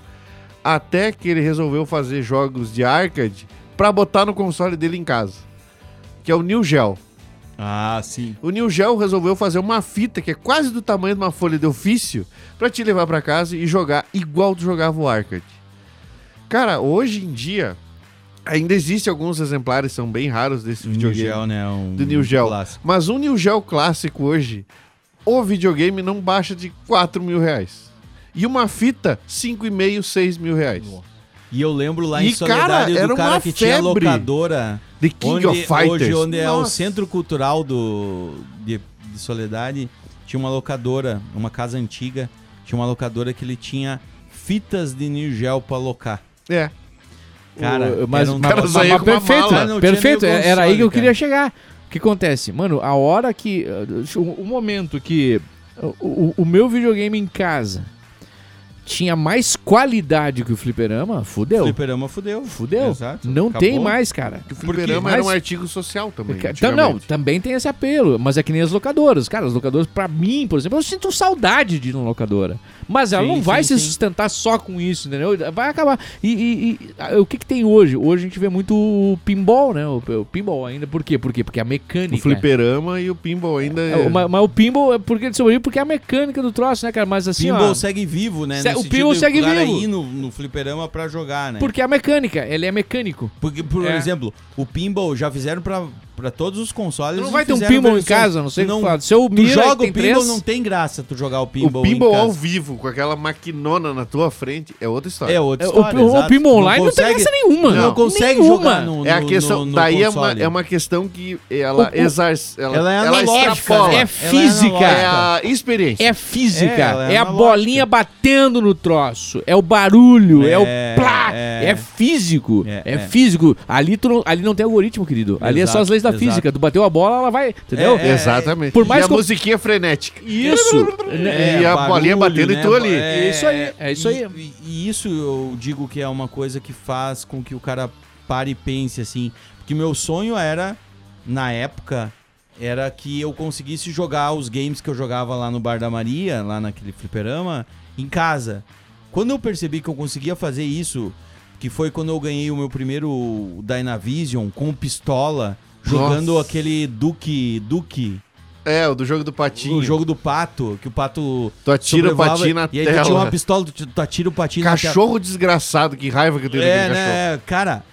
Speaker 5: Até que ele resolveu fazer jogos de arcade pra botar no console dele em casa. Que é o New Gel.
Speaker 6: Ah, sim.
Speaker 5: O New Gel resolveu fazer uma fita que é quase do tamanho de uma folha de ofício pra te levar pra casa e jogar igual tu jogava o arcade. Cara, hoje em dia ainda existe alguns exemplares, são bem raros desse
Speaker 6: New
Speaker 5: videogame.
Speaker 6: Gel, né? Um
Speaker 5: Do New Gel.
Speaker 6: clássico.
Speaker 5: Mas um New Gel clássico hoje, o videogame não baixa de 4 mil reais. E uma fita, 5,5, 6 mil reais.
Speaker 6: E eu lembro lá em
Speaker 5: E, cara,
Speaker 6: Soledade
Speaker 5: era
Speaker 6: do cara
Speaker 5: uma
Speaker 6: que tinha
Speaker 5: febre.
Speaker 6: locadora.
Speaker 5: The King
Speaker 6: onde,
Speaker 5: of Fighters.
Speaker 6: Hoje, onde é o
Speaker 5: Nossa.
Speaker 6: centro cultural do, de, de Soledade, tinha uma locadora, uma casa antiga, tinha uma locadora que ele tinha fitas de New Gel pra alocar.
Speaker 5: É.
Speaker 6: Cara,
Speaker 4: O- mas,
Speaker 6: era um-
Speaker 4: mas-
Speaker 5: cara
Speaker 4: mas-
Speaker 5: saía
Speaker 4: mas
Speaker 5: com uma
Speaker 4: perfeito,
Speaker 5: mala.
Speaker 6: Ah, Não tinha
Speaker 4: perfeito.
Speaker 6: nem o
Speaker 4: é- Era aí que eu
Speaker 6: console,
Speaker 4: queria
Speaker 6: cara.
Speaker 4: chegar. O que acontece? Mano, a hora que. uh, O, o momento que o, o- o meu videogame em casa tinha mais qualidade que o fliperama, fudeu.
Speaker 6: Fliperama fudeu.
Speaker 4: Fudeu.
Speaker 6: Exato.
Speaker 4: Não
Speaker 6: Acabou.
Speaker 4: tem mais, cara.
Speaker 5: O fliperama
Speaker 4: Mas-
Speaker 5: era um artigo social também.
Speaker 4: Ca- tam- não,
Speaker 5: antigamente.
Speaker 4: também tem esse apelo, mas é que nem as locadoras. Cara, as locadoras, pra mim, por exemplo, eu sinto saudade de ir numa locadora. Mas ela
Speaker 6: Sim,
Speaker 4: não vai
Speaker 6: sim,
Speaker 4: se
Speaker 6: sim.
Speaker 4: sustentar só com isso, entendeu? Vai acabar. E, e- e, ah, o que, que tem hoje? Hoje a gente vê muito o pinball, né? O, o pinball ainda. Por quê? Por quê? Porque é a mecânica.
Speaker 5: O fliperama e o pinball ainda.
Speaker 4: É, mas, mas o pinball é porque ele sobrevive porque é a mecânica do troço, né, cara? Mas assim, ó,
Speaker 6: Pinball segue vivo, né?
Speaker 4: Se-
Speaker 6: No
Speaker 4: o
Speaker 6: sentido
Speaker 4: pinball
Speaker 6: de
Speaker 4: segue
Speaker 6: cara
Speaker 4: vivo.
Speaker 6: ir no, no fliperama pra jogar, né?
Speaker 4: porque é a mecânica, ele é mecânico.
Speaker 6: Porque, por
Speaker 4: É.
Speaker 6: exemplo, o pinball já fizeram pra, pra todos os consoles.
Speaker 4: Tu não
Speaker 6: e
Speaker 4: vai ter um
Speaker 6: fizeram
Speaker 4: pinball em
Speaker 6: versão-
Speaker 4: casa, não sei o que
Speaker 6: não,
Speaker 4: falar. Se eu
Speaker 6: Tu
Speaker 4: miro,
Speaker 6: joga
Speaker 4: tem
Speaker 6: o pinball,
Speaker 4: três, É,
Speaker 6: não tem graça tu jogar o
Speaker 5: O
Speaker 6: pinball
Speaker 5: pinball é um
Speaker 6: em
Speaker 5: ao
Speaker 6: casa.
Speaker 5: vivo, com aquela maquinona na tua frente, é outra história.
Speaker 6: É outra
Speaker 4: É, o
Speaker 6: história,
Speaker 4: pin- o
Speaker 6: exato.
Speaker 4: pinball online não tem graça nenhuma.
Speaker 6: Não,
Speaker 4: Não,
Speaker 6: consegue
Speaker 4: nenhuma.
Speaker 6: jogar no, no
Speaker 5: É a questão.
Speaker 6: no- no
Speaker 5: daí é uma,
Speaker 6: console.
Speaker 5: é uma questão que ela
Speaker 4: O- o-
Speaker 5: exarce. Ela,
Speaker 6: Ela é analógica,
Speaker 5: extrapola.
Speaker 6: né?
Speaker 4: É
Speaker 6: Ela
Speaker 4: física.
Speaker 5: É
Speaker 6: analógica.
Speaker 5: a experiência.
Speaker 4: É física,
Speaker 6: É, ela
Speaker 4: é,
Speaker 6: é
Speaker 4: a
Speaker 6: analógica.
Speaker 4: bolinha batendo no troço, é o barulho, é, o
Speaker 6: É,
Speaker 4: plá, é,
Speaker 6: é.
Speaker 4: físico, é,
Speaker 6: É, é.
Speaker 4: físico. Ali, tu não, ali não tem algoritmo, querido. Ali é só as
Speaker 6: Exato,
Speaker 4: leis da
Speaker 6: exato.
Speaker 4: física. Tu bateu a bola, ela vai, entendeu?
Speaker 6: É,
Speaker 5: Exatamente.
Speaker 4: por mais
Speaker 5: e a
Speaker 4: que eu-
Speaker 5: musiquinha frenética. É,
Speaker 4: Isso. né?
Speaker 6: É,
Speaker 5: E a bolinha batendo e tu ali.
Speaker 4: É isso aí, é isso aí.
Speaker 6: né? E, e- e isso eu digo que é uma coisa que faz com que o cara pare e pense assim. Porque meu sonho era, na época, era que eu conseguisse jogar os games que eu jogava lá no Bar da Maria, lá naquele fliperama, em casa. Quando eu percebi que eu conseguia fazer isso, que foi quando eu ganhei o meu primeiro Dynavision com pistola, jogando
Speaker 5: Nossa.
Speaker 6: aquele Duke, Duke,
Speaker 5: É, o do jogo do patinho.
Speaker 6: o jogo do pato, que o pato
Speaker 5: Tu atira o
Speaker 6: sobrevivava,
Speaker 5: patinho na
Speaker 6: E aí tu tinha uma
Speaker 5: tela.
Speaker 6: pistola, tu, tu atira o patinho na
Speaker 5: Cachorro desgraçado, que raiva que eu tenho
Speaker 6: tela. É,
Speaker 5: daquele cachorro.
Speaker 6: né? Cara,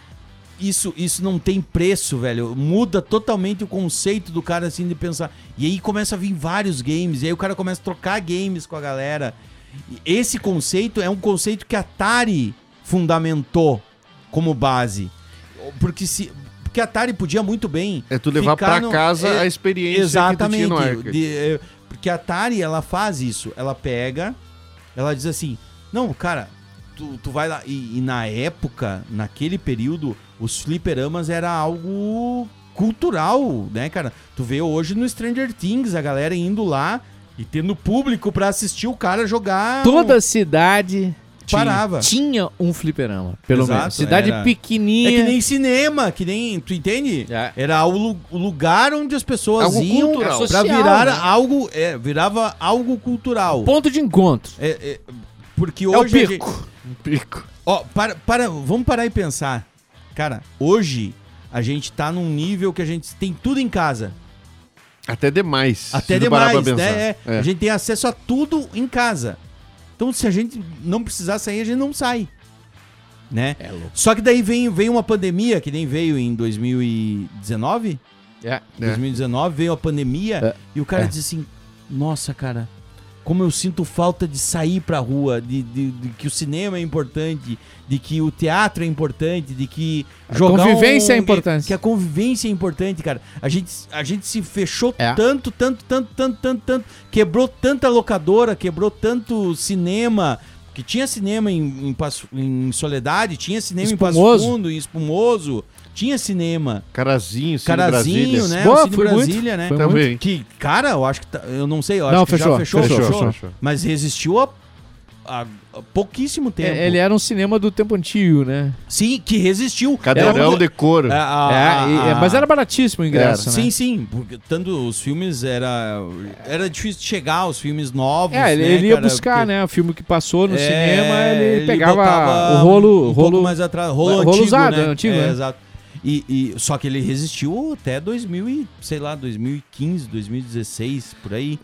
Speaker 6: isso, isso não tem preço, velho. Muda totalmente o conceito do cara, assim, de pensar. E aí começa a vir vários games, e aí o cara começa a trocar games com a galera. E Esse conceito é um conceito que a Atari fundamentou como base. Porque se... Porque a Atari podia muito bem...
Speaker 5: É tu levar
Speaker 6: ficar
Speaker 5: pra
Speaker 6: no-
Speaker 5: casa
Speaker 6: é,
Speaker 5: a experiência que tu tinha no
Speaker 6: Exatamente.
Speaker 5: arcade.
Speaker 6: De- é, porque a Atari, ela faz isso. Ela pega, ela diz assim: Não, cara, tu, tu vai lá. E, e na época, naquele período, os fliperamas era algo cultural, né, cara? Tu vê hoje no Stranger Things a galera indo lá e tendo público pra assistir o cara jogar. um
Speaker 4: Toda cidade tinha-
Speaker 6: Parava.
Speaker 4: tinha um fliperama, pelo
Speaker 6: Exato,
Speaker 4: menos. Cidade
Speaker 6: era-
Speaker 4: pequenininha.
Speaker 6: É que nem cinema, que nem. Tu entende?
Speaker 4: É.
Speaker 6: Era o, lu- o lugar onde as pessoas
Speaker 5: Algo
Speaker 6: iam
Speaker 5: cultural.
Speaker 6: pra
Speaker 4: Social,
Speaker 6: virar
Speaker 4: né?
Speaker 6: algo. É, virava algo cultural.
Speaker 4: Ponto de encontro.
Speaker 6: É, é, porque
Speaker 4: É o
Speaker 6: hoje. a gente-
Speaker 4: pico.
Speaker 5: Um pico.
Speaker 6: Ó, para, para, vamos parar e pensar. Cara, hoje a gente tá num nível que a gente tem tudo em casa.
Speaker 5: Até demais.
Speaker 6: Até
Speaker 5: se tu parar
Speaker 6: demais,
Speaker 5: pra pensar.
Speaker 6: né? É,
Speaker 5: É.
Speaker 6: A gente tem acesso a tudo em casa. Então, se a gente não precisar sair, a gente não sai. Né?
Speaker 4: É louco.
Speaker 6: Só que daí vem, vem uma pandemia, que nem veio em 2019.
Speaker 4: É.
Speaker 6: 2019 veio a pandemia
Speaker 4: É.
Speaker 6: e o cara
Speaker 4: É.
Speaker 6: diz assim: Nossa, cara, como eu sinto falta de sair pra rua, de, de- de que o cinema é importante, de que o teatro é importante, de que um,
Speaker 4: A convivência é importante.
Speaker 6: Que a convivência é importante, cara. A gente, a gente se fechou
Speaker 4: É.
Speaker 6: tanto, tanto, tanto, tanto, tanto, tanto. Quebrou tanta locadora, quebrou tanto cinema. Que tinha cinema em, em, Passo- em Soledade, tinha cinema em Passo
Speaker 4: Espumoso.
Speaker 6: Fundo, em Espumoso, tinha cinema.
Speaker 5: Carazinho, Cine
Speaker 6: Carazinho,
Speaker 5: Brasília.
Speaker 6: né?
Speaker 4: Boa,
Speaker 6: o Cine
Speaker 4: foi muito,
Speaker 6: Brasília, né?
Speaker 4: foi
Speaker 5: Também.
Speaker 6: Que, cara, eu acho que. tá- eu não sei, eu acho
Speaker 4: Não,
Speaker 6: que
Speaker 4: fechou,
Speaker 6: já fechou,
Speaker 4: fechou,
Speaker 6: fechou,
Speaker 5: fechou.
Speaker 6: Mas resistiu a, a- a pouquíssimo tempo.
Speaker 4: É, Ele era um cinema do tempo antigo, né?
Speaker 6: Sim, que resistiu.
Speaker 5: Cadeirão
Speaker 6: Era-
Speaker 5: de couro.
Speaker 6: a- a-
Speaker 4: É, e-
Speaker 6: a-
Speaker 4: é, mas era baratíssimo o ingresso, né?
Speaker 6: Ah, Sim, sim, porque tanto os filmes era era difícil de chegar aos filmes novos,
Speaker 4: É, ele,
Speaker 6: né,
Speaker 4: ele ia
Speaker 6: cara,
Speaker 4: buscar,
Speaker 6: porque-
Speaker 4: né? O filme que passou no
Speaker 6: É,
Speaker 4: cinema, ele, pegava
Speaker 6: botava
Speaker 4: o rolo,
Speaker 6: um
Speaker 4: rolo
Speaker 6: pouco mais atrás, rolo,
Speaker 4: rolo
Speaker 6: antigo,
Speaker 4: usado,
Speaker 6: né?
Speaker 4: é, antigo,
Speaker 6: é,
Speaker 4: né?
Speaker 6: exato. E, e- só que ele resistiu até 2000 e, sei lá, 2015, 2016, por aí.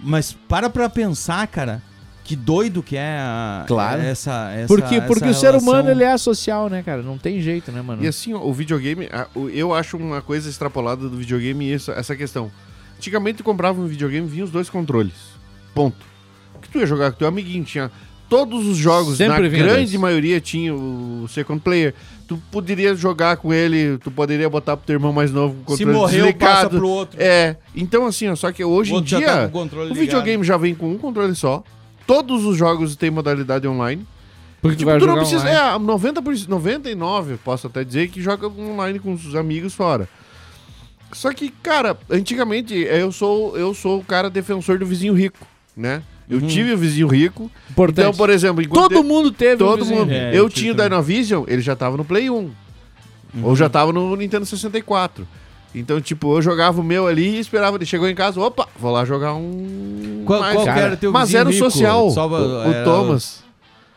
Speaker 6: Mas para pra pensar, cara, que doido que é a,
Speaker 4: Claro.
Speaker 6: essa, essa
Speaker 4: Porque,
Speaker 6: essa
Speaker 4: porque o ser
Speaker 6: relação.
Speaker 4: humano ele é social, né, cara? Não tem jeito, né,
Speaker 6: Hum.
Speaker 4: mano?
Speaker 5: E assim, ó, o videogame, a- o- eu acho uma coisa extrapolada do videogame essa, essa questão. Antigamente tu comprava um videogame vinha os dois controles. Ponto. O que tu ia jogar com teu amiguinho tinha todos os jogos,
Speaker 4: Sempre
Speaker 5: na
Speaker 4: vinha
Speaker 5: grande
Speaker 4: dois.
Speaker 5: maioria tinha o second player. Tu poderia jogar com ele, tu poderia botar pro teu irmão mais novo
Speaker 4: é
Speaker 5: com o
Speaker 6: se
Speaker 5: controle
Speaker 6: morreu passa
Speaker 5: desligado.
Speaker 6: pro outro.
Speaker 5: É, então assim, ó, só que hoje
Speaker 6: o
Speaker 5: em
Speaker 6: outro já tá
Speaker 5: dia
Speaker 6: com o controle
Speaker 5: o videogame já vem com um controle só. Todos os jogos têm modalidade online.
Speaker 4: porque
Speaker 5: Tipo, tu não precisa.
Speaker 4: online.
Speaker 5: É, 90 por, 99, posso até dizer, que joga online com os amigos fora. Só que, cara, antigamente é, eu sou eu sou o cara defensor do vizinho rico, né?
Speaker 6: Uhum.
Speaker 5: Eu tive um vizinho rico.
Speaker 4: Importante.
Speaker 5: Então, por exemplo, enquanto
Speaker 4: Todo mundo teve um
Speaker 5: Todo
Speaker 4: vizinho.
Speaker 5: mundo.
Speaker 6: É,
Speaker 5: eu
Speaker 6: eu tive
Speaker 5: tinha o
Speaker 6: também. Uhum.
Speaker 5: Dynavision, ele já tava no Play 1. Ou já tava no Nintendo 64. Então, tipo, eu jogava o meu ali e esperava. Ele chegou em casa, opa, vou lá jogar um.
Speaker 6: Qual-
Speaker 5: mais.
Speaker 6: qual que era teu
Speaker 5: Mas
Speaker 6: vizinho
Speaker 5: era o
Speaker 6: rico?
Speaker 5: social.
Speaker 6: Só é, pra-
Speaker 5: o, o
Speaker 6: era o-
Speaker 5: Thomas.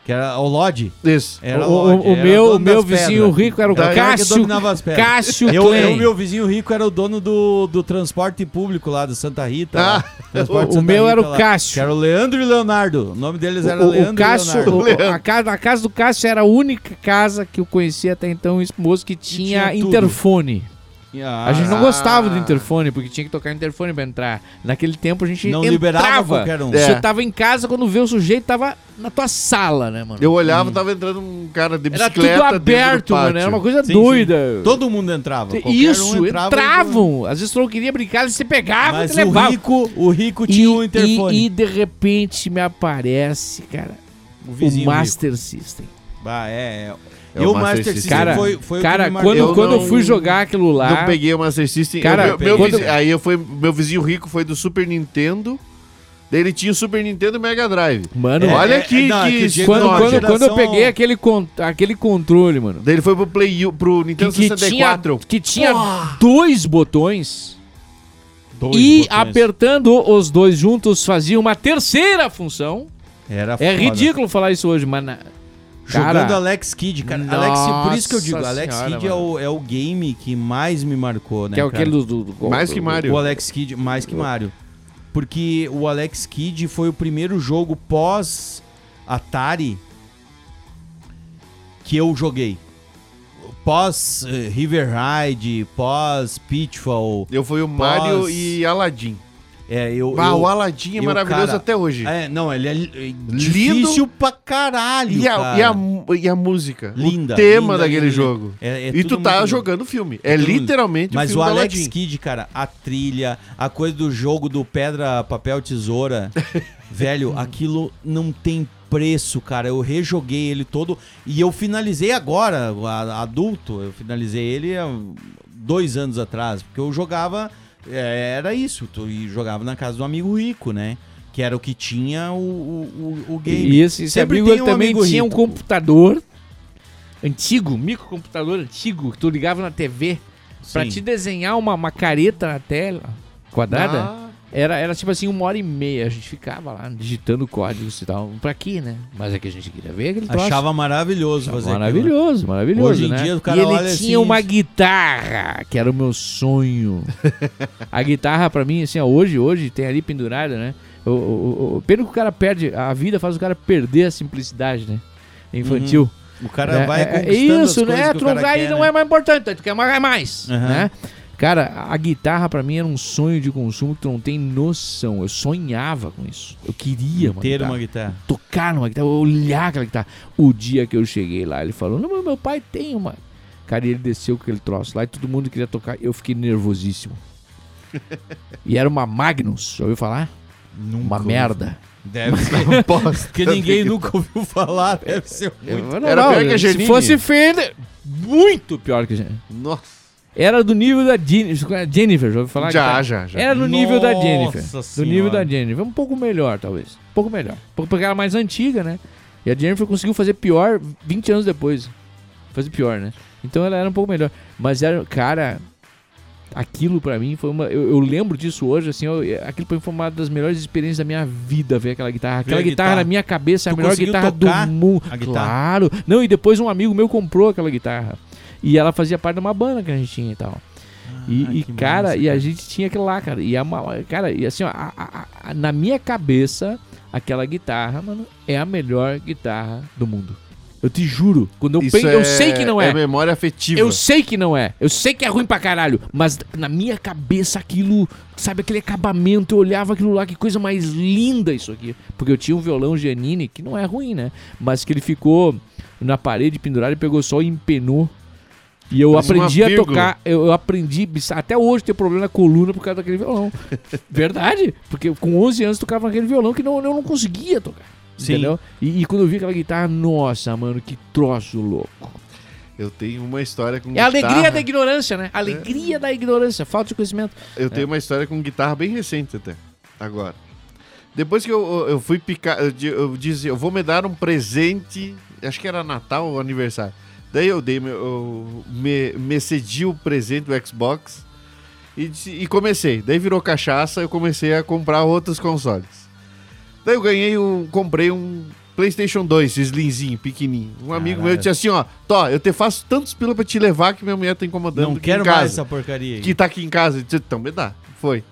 Speaker 6: Que era o Lodge.
Speaker 5: Isso.
Speaker 6: Era
Speaker 4: O- o-
Speaker 6: Lodge,
Speaker 4: o
Speaker 6: era
Speaker 4: meu-
Speaker 6: dono
Speaker 4: o meu
Speaker 6: das pedras.
Speaker 4: vizinho rico era o
Speaker 6: Era
Speaker 4: Cássio-
Speaker 6: Que dominava as pedras.
Speaker 4: Cássio
Speaker 6: Eu,
Speaker 4: Klein.
Speaker 6: eu, meu vizinho rico era o dono do, do transporte público lá do Santa Rita.
Speaker 5: Ah,
Speaker 6: lá. Transporte
Speaker 4: o- o
Speaker 6: Santa
Speaker 4: meu era o
Speaker 6: lá,
Speaker 4: Cássio.
Speaker 6: Que era o Leandro e Leonardo. O nome deles era
Speaker 4: O- o,
Speaker 6: Leandro e
Speaker 4: Cássio,
Speaker 6: Leonardo.
Speaker 4: o- a, casa, a casa do Cássio era a única casa que eu conhecia até então, esposo, que tinha,
Speaker 6: tinha tudo.
Speaker 4: interfone.
Speaker 6: Ah,
Speaker 4: a gente não gostava do interfone, porque tinha que tocar interfone pra entrar. Naquele tempo a gente
Speaker 6: Não liberava
Speaker 4: entrava.
Speaker 6: qualquer um.
Speaker 4: Você
Speaker 5: É.
Speaker 4: tava em casa, quando vê o sujeito, tava na tua sala, né, mano?
Speaker 5: Eu olhava,
Speaker 6: Hum.
Speaker 5: tava entrando um cara de
Speaker 4: era
Speaker 5: bicicleta.
Speaker 4: tudo
Speaker 5: dentro do
Speaker 6: né?
Speaker 4: aberto, mano. Era
Speaker 5: pátio.
Speaker 4: uma coisa
Speaker 6: Sim,
Speaker 4: doida.
Speaker 6: Todo mundo entrava. qualquer um
Speaker 4: Isso,
Speaker 6: entrava e-
Speaker 4: entravam. Às vezes tu não queria brincar, eles se pegavam e
Speaker 6: Mas
Speaker 4: te
Speaker 6: o
Speaker 4: levavam.
Speaker 6: rico, o rico tinha um interfone.
Speaker 4: E, e de repente me aparece, cara,
Speaker 6: o
Speaker 4: o
Speaker 6: vizinho
Speaker 4: Master System.
Speaker 6: rico. Bah, é, é.
Speaker 5: É o
Speaker 6: eu,
Speaker 5: Master
Speaker 6: Master
Speaker 5: System.
Speaker 6: System,
Speaker 4: Cara,
Speaker 6: foi, foi o
Speaker 4: cara
Speaker 6: que me
Speaker 4: quando,
Speaker 6: marcou. É,
Speaker 5: Eu
Speaker 4: quando eu
Speaker 5: não-
Speaker 4: fui jogar aquilo lá.
Speaker 5: Não peguei o Master System.
Speaker 4: Cara,
Speaker 5: eu- meu, meu
Speaker 6: quando-
Speaker 5: vizi- aí eu fui, meu vizinho rico foi do Super Nintendo. Daí ele tinha o Super Nintendo e o Mega Drive.
Speaker 4: Mano,
Speaker 6: É,
Speaker 5: Olha
Speaker 6: é,
Speaker 5: que,
Speaker 6: não,
Speaker 5: que,
Speaker 6: que dia-
Speaker 4: quando,
Speaker 5: sorte.
Speaker 4: quando,
Speaker 6: geração-
Speaker 4: quando eu peguei aquele, con- aquele controle, mano.
Speaker 5: Daí ele foi pro Play U- pro
Speaker 4: Que,
Speaker 5: Nintendo
Speaker 4: que tinha,
Speaker 5: 64.
Speaker 4: que tinha dois botões.
Speaker 6: Dois
Speaker 4: e
Speaker 6: botões.
Speaker 4: apertando os dois juntos fazia uma terceira função.
Speaker 6: Era
Speaker 4: É
Speaker 6: Tá foda.
Speaker 4: ridículo falar isso hoje, mas. na-
Speaker 6: Jogando
Speaker 4: Cara,
Speaker 6: Alex Kidd, cara. Alex, por isso que eu digo,
Speaker 4: Nossa
Speaker 6: Alex
Speaker 4: senhora,
Speaker 6: Kidd é o, é o game que mais me marcou, né?
Speaker 4: que é
Speaker 6: cara?
Speaker 4: aquele do, do, do-
Speaker 5: Mais
Speaker 4: do-
Speaker 5: que
Speaker 4: do-
Speaker 5: Mario.
Speaker 6: O Alex Kidd, mais que Mario. Porque o Alex Kidd foi o primeiro jogo pós Atari que eu joguei. Pós eh, River Ride, pós Pitfall.
Speaker 5: Eu fui o Mario
Speaker 6: Pós-
Speaker 5: e Aladdin.
Speaker 6: É, eu,
Speaker 5: Ah,
Speaker 6: eu-
Speaker 5: o Aladdin é
Speaker 6: eu,
Speaker 5: maravilhoso
Speaker 6: cara,
Speaker 5: até hoje.
Speaker 6: é, não, ele é li- difícil pra caralho,
Speaker 5: E a,
Speaker 6: cara.
Speaker 5: e, a, mu- e a música?
Speaker 6: Linda,
Speaker 5: O tema
Speaker 6: linda,
Speaker 5: daquele
Speaker 6: linda.
Speaker 5: jogo.
Speaker 6: É- é
Speaker 5: e
Speaker 6: tudo
Speaker 5: tu tá
Speaker 6: muito lindo.
Speaker 5: jogando o filme. É
Speaker 6: tudo lindo.
Speaker 5: literalmente
Speaker 6: Mas
Speaker 5: o
Speaker 6: o
Speaker 5: filme do
Speaker 6: Alex
Speaker 5: Aladdin.
Speaker 6: Kidd, cara, a trilha, a coisa do jogo do pedra, papel, tesoura, velho, aquilo não tem preço, cara. Eu rejoguei ele todo e eu finalizei agora, a- adulto, eu finalizei ele há dois anos atrás, porque eu jogava, é, era isso, tu- e jogava na casa do amigo rico, né? Que era o que tinha o, o, o- o game.
Speaker 4: E esse, esse
Speaker 6: Sempre
Speaker 4: amigo
Speaker 6: tem
Speaker 4: ele
Speaker 6: um
Speaker 4: também
Speaker 6: amigo
Speaker 4: tinha um
Speaker 6: rico.
Speaker 4: computador antigo, microcomputador antigo, que tu ligava na TV pra
Speaker 6: Sim.
Speaker 4: te desenhar uma, uma careta na tela quadrada.
Speaker 5: Ah,
Speaker 4: Era, era tipo assim, uma hora e meia. A gente ficava lá digitando códigos e tal. Pra quê, né? Mas é que a gente queria ver aquele troço.
Speaker 6: Achava maravilhoso fazer aquilo. né?
Speaker 4: maravilhoso, maravilhoso.
Speaker 6: Hoje em
Speaker 4: né?
Speaker 6: dia o cara
Speaker 4: e ele
Speaker 6: olha assim
Speaker 4: tinha
Speaker 6: e
Speaker 4: uma
Speaker 6: diz-
Speaker 4: guitarra, que era o meu sonho. a guitarra, pra mim, assim, ó, hoje, hoje tem ali pendurada, né? O, o, o- o- pena que o cara perde, a vida faz o cara perder a simplicidade, né? Infantil.
Speaker 6: Uhum. O cara vai
Speaker 4: É, é, é
Speaker 6: conquistando as
Speaker 4: Isso,
Speaker 6: coisas
Speaker 4: né?
Speaker 6: que o cara
Speaker 4: Trocar aí
Speaker 6: quer,
Speaker 4: não
Speaker 6: né?
Speaker 4: é mais importante, tu quer mais, mais
Speaker 6: Aham.
Speaker 4: né? Cara, a guitarra pra mim era um sonho de consumo que tu não tem noção. Eu sonhava com isso. Eu queria, uma
Speaker 6: ter
Speaker 4: guitarra
Speaker 6: uma guitarra.
Speaker 4: tocar numa guitarra, olhar aquela guitarra. O dia que eu cheguei lá, ele falou: Não, mas meu pai tem uma. Cara, e ele desceu com aquele troço lá e todo mundo queria tocar. Eu fiquei nervosíssimo. E era uma Magnus, já ouviu falar?
Speaker 6: Nunca
Speaker 4: Uma
Speaker 6: ouvi
Speaker 4: merda.
Speaker 6: Deve ser
Speaker 5: é bosta.
Speaker 6: Porque ninguém nunca ouviu falar, deve ser muito.
Speaker 5: Era pior que
Speaker 4: Se
Speaker 5: a Janine.
Speaker 4: fosse Fender, muito pior que a Janine.
Speaker 5: Nossa.
Speaker 4: Era do nível da Jennifer. Você conhece a Jennifer, já ouviu falar?
Speaker 5: já,
Speaker 4: Tá-
Speaker 5: já, já.
Speaker 4: Era do nível da Jennifer.
Speaker 6: Nossa
Speaker 4: Do nível da
Speaker 6: Senhora.
Speaker 4: Jennifer. Um pouco melhor, talvez. Um pouco melhor. Porque ela era mais antiga, né? E a Jennifer conseguiu fazer pior 20 anos depois. Fazer pior, né? Então ela era um pouco melhor. Mas era, cara. Aquilo pra mim foi uma. Eu, eu lembro disso hoje, assim. eu- aquilo pra mim foi uma das melhores experiências da minha vida ver aquela guitarra.
Speaker 6: Ver a
Speaker 4: Aquela guitarra, na
Speaker 6: guitarra.
Speaker 4: minha cabeça é a
Speaker 6: Tu
Speaker 4: melhor
Speaker 6: conseguiu
Speaker 4: guitarra
Speaker 6: tocar
Speaker 4: do mundo.
Speaker 6: a guitarra?
Speaker 4: Claro. Não, e depois um amigo meu comprou aquela guitarra. E ela fazia parte de uma banda que a gente tinha e tal. E,
Speaker 6: Ah,
Speaker 4: e,
Speaker 6: que
Speaker 4: cara,
Speaker 6: massa,
Speaker 4: e a gente tinha aquilo lá, cara. E, a, ma- cara, e assim, ó, a- a- a- na minha cabeça, aquela guitarra, mano, é a melhor guitarra do mundo. Eu te juro. Quando eu
Speaker 5: Isso
Speaker 4: penso, eu sei que não é.
Speaker 5: É memória afetiva.
Speaker 4: eu sei que não é. Eu sei que é ruim pra caralho. Mas na minha cabeça, aquilo, sabe, aquele acabamento, eu olhava aquilo lá, que coisa mais linda isso aqui. Porque eu tinha um violão Giannini, que não é ruim, né? Mas que ele ficou na parede pendurado e pegou sol e empenou. E eu
Speaker 5: Parece uma
Speaker 4: aprendi a
Speaker 5: vírgula.
Speaker 4: tocar, eu, eu aprendi, bis- até hoje tenho problema na coluna por causa daquele violão. Verdade, porque com 11 anos eu tocava naquele violão que não, eu não conseguia tocar.
Speaker 6: Sim.
Speaker 4: Entendeu? E, e quando eu vi aquela guitarra, nossa, mano, que troço louco.
Speaker 5: Eu tenho uma história com
Speaker 4: É a alegria
Speaker 5: guitarra.
Speaker 4: da ignorância, né? A
Speaker 6: É.
Speaker 4: Alegria da ignorância, falta de conhecimento.
Speaker 5: Eu tenho uma história com guitarra bem recente até. Agora. Depois que eu, eu fui picar, eu, di- eu disse, eu vou me dar um presente, acho que era Natal ou aniversário. Daí eu dei, meu- eu me, me cedi o presente do Xbox e, disse- e comecei. Daí virou cachaça, eu comecei a comprar outros consoles. Daí eu ganhei um, comprei um PlayStation 2, slimzinho, pequenininho. Um amigo meu
Speaker 6: Caralho.
Speaker 5: disse assim, ó, Tó, eu te faço tantos pila pra te levar que minha mulher tá incomodando
Speaker 6: Não
Speaker 5: aqui em
Speaker 6: quero
Speaker 5: casa
Speaker 6: mais essa porcaria aí.
Speaker 5: que tá aqui em casa. Eu disse, Então me dá. Foi.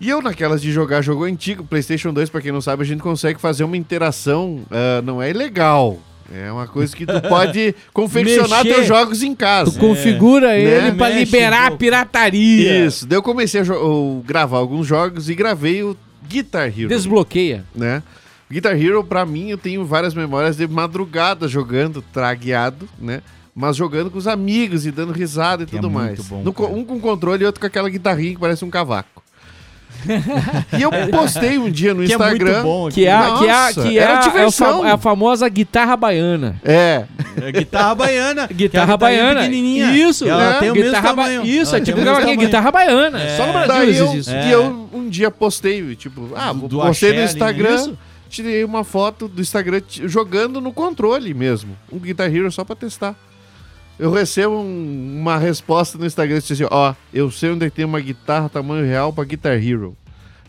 Speaker 5: E eu, naquelas de jogar jogo antigo, PlayStation 2, pra quem não sabe, a gente consegue fazer uma interação. ah, não é ilegal. É uma coisa que tu pode confeccionar
Speaker 4: Mexer.
Speaker 5: teus jogos em casa.
Speaker 4: Tu É. configura ele pra
Speaker 6: Mexe um
Speaker 4: liberar a
Speaker 6: pouco.
Speaker 4: pirataria.
Speaker 5: Isso. Daí eu comecei a jo- eu gravar alguns jogos e gravei o Guitar Hero.
Speaker 4: Desbloqueia.
Speaker 5: né? Guitar Hero, pra mim, eu tenho várias memórias de madrugada jogando, tragueado, né? Mas jogando com os amigos e dando risada e
Speaker 6: é
Speaker 5: tudo
Speaker 6: muito
Speaker 5: mais.
Speaker 6: bom,
Speaker 5: No co-
Speaker 6: cara.
Speaker 5: um com controle e outro com aquela guitarrinha que parece um cavaco. e eu postei um dia no
Speaker 6: Que é
Speaker 5: Instagram.
Speaker 6: muito bom.
Speaker 4: Que é, a- que é, a-
Speaker 5: Nossa,
Speaker 4: que é,
Speaker 5: era
Speaker 4: a-
Speaker 5: diversão.
Speaker 4: é o fam- é a famosa guitarra baiana.
Speaker 5: É,
Speaker 6: É guitarra baiana. que é a
Speaker 4: Guitarra
Speaker 6: guitarrinha
Speaker 4: baiana.
Speaker 6: pequenininha.
Speaker 4: Isso, É.
Speaker 6: E Ela
Speaker 5: né?
Speaker 6: tem o mesmo
Speaker 4: guitarra ba-
Speaker 6: tamanho.
Speaker 4: Isso,
Speaker 6: Ela
Speaker 4: é tipo
Speaker 6: tem o mesmo
Speaker 4: aquela
Speaker 6: tamanho.
Speaker 4: guitarra baiana.
Speaker 6: É.
Speaker 4: Só no Brasil
Speaker 5: daí eu,
Speaker 4: existe isso.
Speaker 5: e eu um dia postei, tipo, ah,
Speaker 6: Do- do
Speaker 5: postei
Speaker 6: axé
Speaker 5: no
Speaker 6: ali, né?
Speaker 5: Instagram,
Speaker 6: Isso.
Speaker 5: tirei uma foto do Instagram t- jogando no controle mesmo, um Guitar Hero só pra testar. Eu recebo um- uma resposta no Instagram, diz assim, ó, eu sei onde é que tem uma guitarra tamanho real pra Guitar Hero.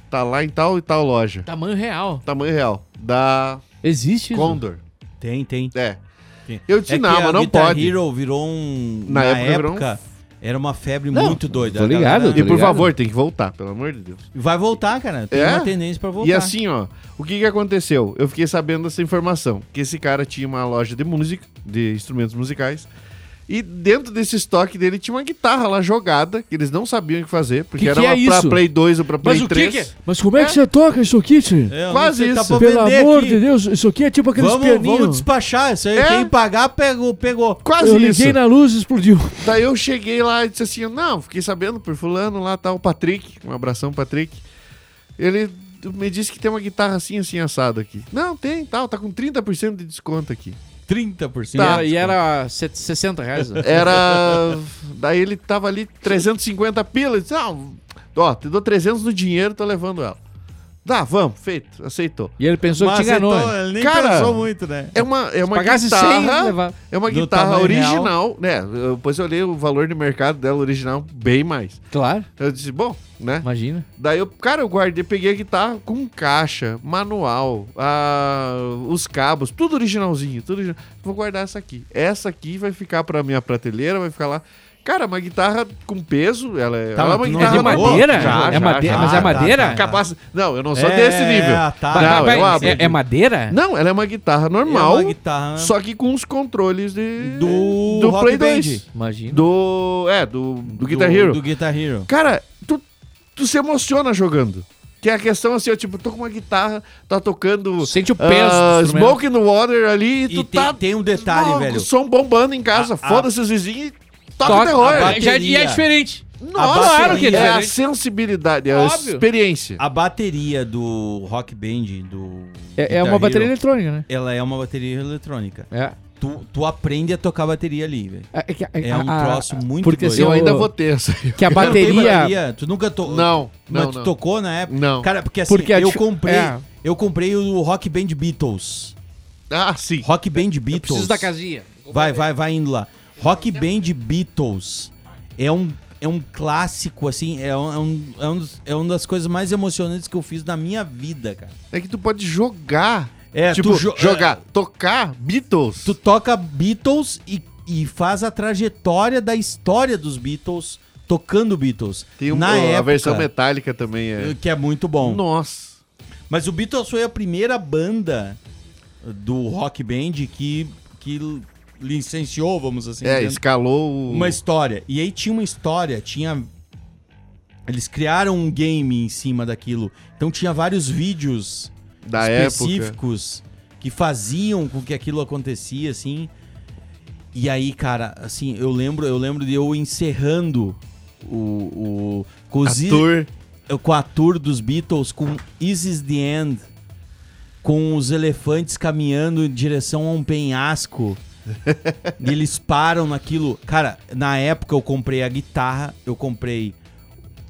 Speaker 5: Tá lá em tal e tal loja.
Speaker 4: Tamanho real.
Speaker 5: Tamanho real. Da
Speaker 4: Existe isso.
Speaker 5: Condor.
Speaker 6: Tem, tem.
Speaker 5: É.
Speaker 6: Tem.
Speaker 5: Eu disse,
Speaker 6: um. É que
Speaker 5: não,
Speaker 6: a
Speaker 5: mas não
Speaker 6: Guitar
Speaker 5: pode.
Speaker 6: Hero virou um...
Speaker 5: Na
Speaker 6: Na,
Speaker 5: época
Speaker 6: época,
Speaker 5: virou um-
Speaker 6: era uma febre
Speaker 4: Não,
Speaker 6: muito doida.
Speaker 4: tô
Speaker 6: A
Speaker 4: ligado,
Speaker 5: E
Speaker 6: galera-
Speaker 4: tô
Speaker 5: por
Speaker 4: ligado?
Speaker 5: favor, tem que voltar, pelo amor de Deus.
Speaker 6: Vai voltar, cara. Tem
Speaker 5: É?
Speaker 6: uma tendência pra
Speaker 4: tá.
Speaker 6: voltar.
Speaker 5: E assim, ó, o que que aconteceu? Eu fiquei sabendo dessa informação, que esse cara tinha uma loja de música, de instrumentos musicais, e dentro desse estoque dele tinha uma guitarra lá jogada, que eles não sabiam o que fazer, porque
Speaker 4: Que
Speaker 5: era
Speaker 4: que é
Speaker 5: uma pra
Speaker 4: isso?
Speaker 5: Play 2 ou pra Play
Speaker 4: Mas o que
Speaker 5: 3.
Speaker 4: que é? Mas como é que você toca isso aqui, tio?
Speaker 6: É, eu não
Speaker 5: quase
Speaker 6: sei, tá
Speaker 5: isso.
Speaker 6: pra
Speaker 4: Pelo
Speaker 6: vender
Speaker 4: amor
Speaker 6: aqui.
Speaker 4: de Deus, isso aqui é tipo aqueles
Speaker 6: Vamos,
Speaker 4: pianinhos.
Speaker 6: vamos despachar. Isso aí,
Speaker 5: É?
Speaker 6: quem pagar, pegou. pegou.
Speaker 5: Quase
Speaker 4: Eu
Speaker 5: isso.
Speaker 4: liguei na luz e explodiu.
Speaker 5: Daí eu cheguei lá e disse assim, não, fiquei sabendo por fulano lá, tá o Patrick, um abração Patrick. Ele me disse que tem uma guitarra assim, assim, assada aqui. Não, tem, tal, tá com 30% de desconto aqui.
Speaker 6: 30%.
Speaker 5: Tá.
Speaker 4: E era 70, 60 reais. né?
Speaker 5: Era. Daí ele tava ali 350 pila. eu Disse, ah, ó, te dou 300 no dinheiro, tô levando ela. Tá, vamos, feito, aceitou.
Speaker 4: E ele pensou que te enganou.
Speaker 6: então,
Speaker 4: né?
Speaker 6: ele nem
Speaker 5: Cara,
Speaker 6: pensou muito, né?
Speaker 5: É uma, é uma
Speaker 4: Pagasse 100,
Speaker 5: guitarra.
Speaker 4: levava.
Speaker 5: É uma
Speaker 6: Do
Speaker 5: guitarra
Speaker 6: tamanho
Speaker 5: original, né? eu- Depois eu olhei o valor de mercado dela original, bem mais.
Speaker 4: Claro,
Speaker 5: Eu disse, bom, né?
Speaker 4: imagina.
Speaker 5: Daí eu, cara, eu guardei, peguei a guitarra com caixa, manual, a, os cabos, tudo originalzinho, tudo original. Vou guardar essa aqui. Essa aqui vai ficar pra minha prateleira, vai ficar lá. Cara, uma guitarra com peso, ela é,
Speaker 6: Tá,
Speaker 5: ela é
Speaker 6: mas
Speaker 5: uma
Speaker 6: tu não
Speaker 5: guitarra
Speaker 4: É de
Speaker 6: já jogou?
Speaker 4: madeira?
Speaker 5: Já,
Speaker 4: é
Speaker 5: já,
Speaker 4: madeira?
Speaker 5: já.
Speaker 4: mas é
Speaker 6: Ah, tá,
Speaker 4: madeira?
Speaker 6: tá.
Speaker 5: Capaz... Não, eu não sou
Speaker 6: É,
Speaker 5: desse nível.
Speaker 6: tá.
Speaker 5: Ah, Não,
Speaker 4: Ba- ba-
Speaker 5: eu abro.
Speaker 4: é, é madeira?
Speaker 5: Não, ela é uma guitarra
Speaker 6: É
Speaker 5: normal,
Speaker 6: uma guitarra
Speaker 5: só que com os controles de...
Speaker 6: do,
Speaker 5: do
Speaker 6: Rock
Speaker 5: Play
Speaker 6: Band.
Speaker 5: 2.
Speaker 4: Imagina.
Speaker 5: Do... É, do, do Guitar Hero.
Speaker 6: Do Guitar Hero.
Speaker 5: Cara, tu, tu se emociona jogando. Que é a questão assim, eu tipo, tô com uma guitarra, tá tocando
Speaker 4: Sente o peso
Speaker 5: ah,
Speaker 4: do instrumento.
Speaker 5: Smoke in the Water ali e
Speaker 6: E
Speaker 5: tu
Speaker 6: tem,
Speaker 5: tá
Speaker 6: tem um detalhe,
Speaker 5: Não,
Speaker 6: velho.
Speaker 5: o som bombando em casa,
Speaker 6: A-
Speaker 5: foda-se os vizinhos e é toca
Speaker 4: Toca-
Speaker 5: terror.
Speaker 6: a
Speaker 4: Ah, já- E é
Speaker 6: bateria.
Speaker 4: diferente.
Speaker 5: Nossa,
Speaker 4: claro que é
Speaker 5: é, a
Speaker 4: diferente.
Speaker 5: sensibilidade, é a
Speaker 4: Óbvio.
Speaker 5: experiência.
Speaker 6: A bateria do Rock Band, do
Speaker 4: É, é
Speaker 6: Guitar
Speaker 4: uma bateria
Speaker 6: Hero,
Speaker 4: eletrônica, né?
Speaker 6: Ela é uma bateria eletrônica.
Speaker 4: É.
Speaker 6: Tu, tu aprende a tocar bateria ali, velho.
Speaker 4: É, que-
Speaker 6: É um
Speaker 4: a- a-
Speaker 6: troço muito
Speaker 4: porque
Speaker 6: doido.
Speaker 4: assim,
Speaker 5: Eu
Speaker 4: o-
Speaker 5: ainda vou ter essa aí.
Speaker 4: que a
Speaker 6: Tu não tem
Speaker 4: bateria.
Speaker 6: bateria? Tu nunca tocou?
Speaker 5: Não,
Speaker 6: Mas
Speaker 5: não,
Speaker 6: tu
Speaker 5: não.
Speaker 6: tocou na época?
Speaker 5: Não.
Speaker 6: Cara, porque assim,
Speaker 4: Porque a
Speaker 6: eu
Speaker 4: dif-
Speaker 6: comprei...
Speaker 4: é.
Speaker 6: Eu comprei o Rock Band Beatles.
Speaker 5: Ah, sim.
Speaker 6: Rock Band Beatles.
Speaker 4: Preciso da casinha.
Speaker 6: Vai, vai, vai indo lá. Rock Band Beatles é um, é um clássico, assim, é, um, é, um, é, um dos- é uma das coisas mais emocionantes que eu fiz na minha vida, cara.
Speaker 5: É que tu pode jogar,
Speaker 6: É,
Speaker 5: tipo,
Speaker 6: tu jo-
Speaker 5: jogar, tocar Beatles.
Speaker 6: Tu toca Beatles e, e faz a trajetória da história dos Beatles tocando Beatles.
Speaker 5: Tem um,
Speaker 6: na
Speaker 5: a
Speaker 6: época,
Speaker 5: versão metálica também é.
Speaker 6: que é muito bom.
Speaker 5: Nossa.
Speaker 6: Mas o Beatles foi a primeira banda do rock band que, que licenciou, vamos assim
Speaker 5: É,
Speaker 6: dizer,
Speaker 5: escalou o...
Speaker 6: uma história. E aí tinha uma história, tinha. Eles criaram um game em cima daquilo. Então tinha vários vídeos
Speaker 5: da época.
Speaker 6: específicos que faziam com que aquilo acontecia, assim. E aí, cara, assim, eu lembro, eu lembro de eu encerrando o. o com, os i-
Speaker 5: Ator.
Speaker 6: com a tour dos Beatles com This Is the End. Com os elefantes caminhando em direção a um penhasco. e eles param naquilo. Cara, na época eu comprei a guitarra, eu comprei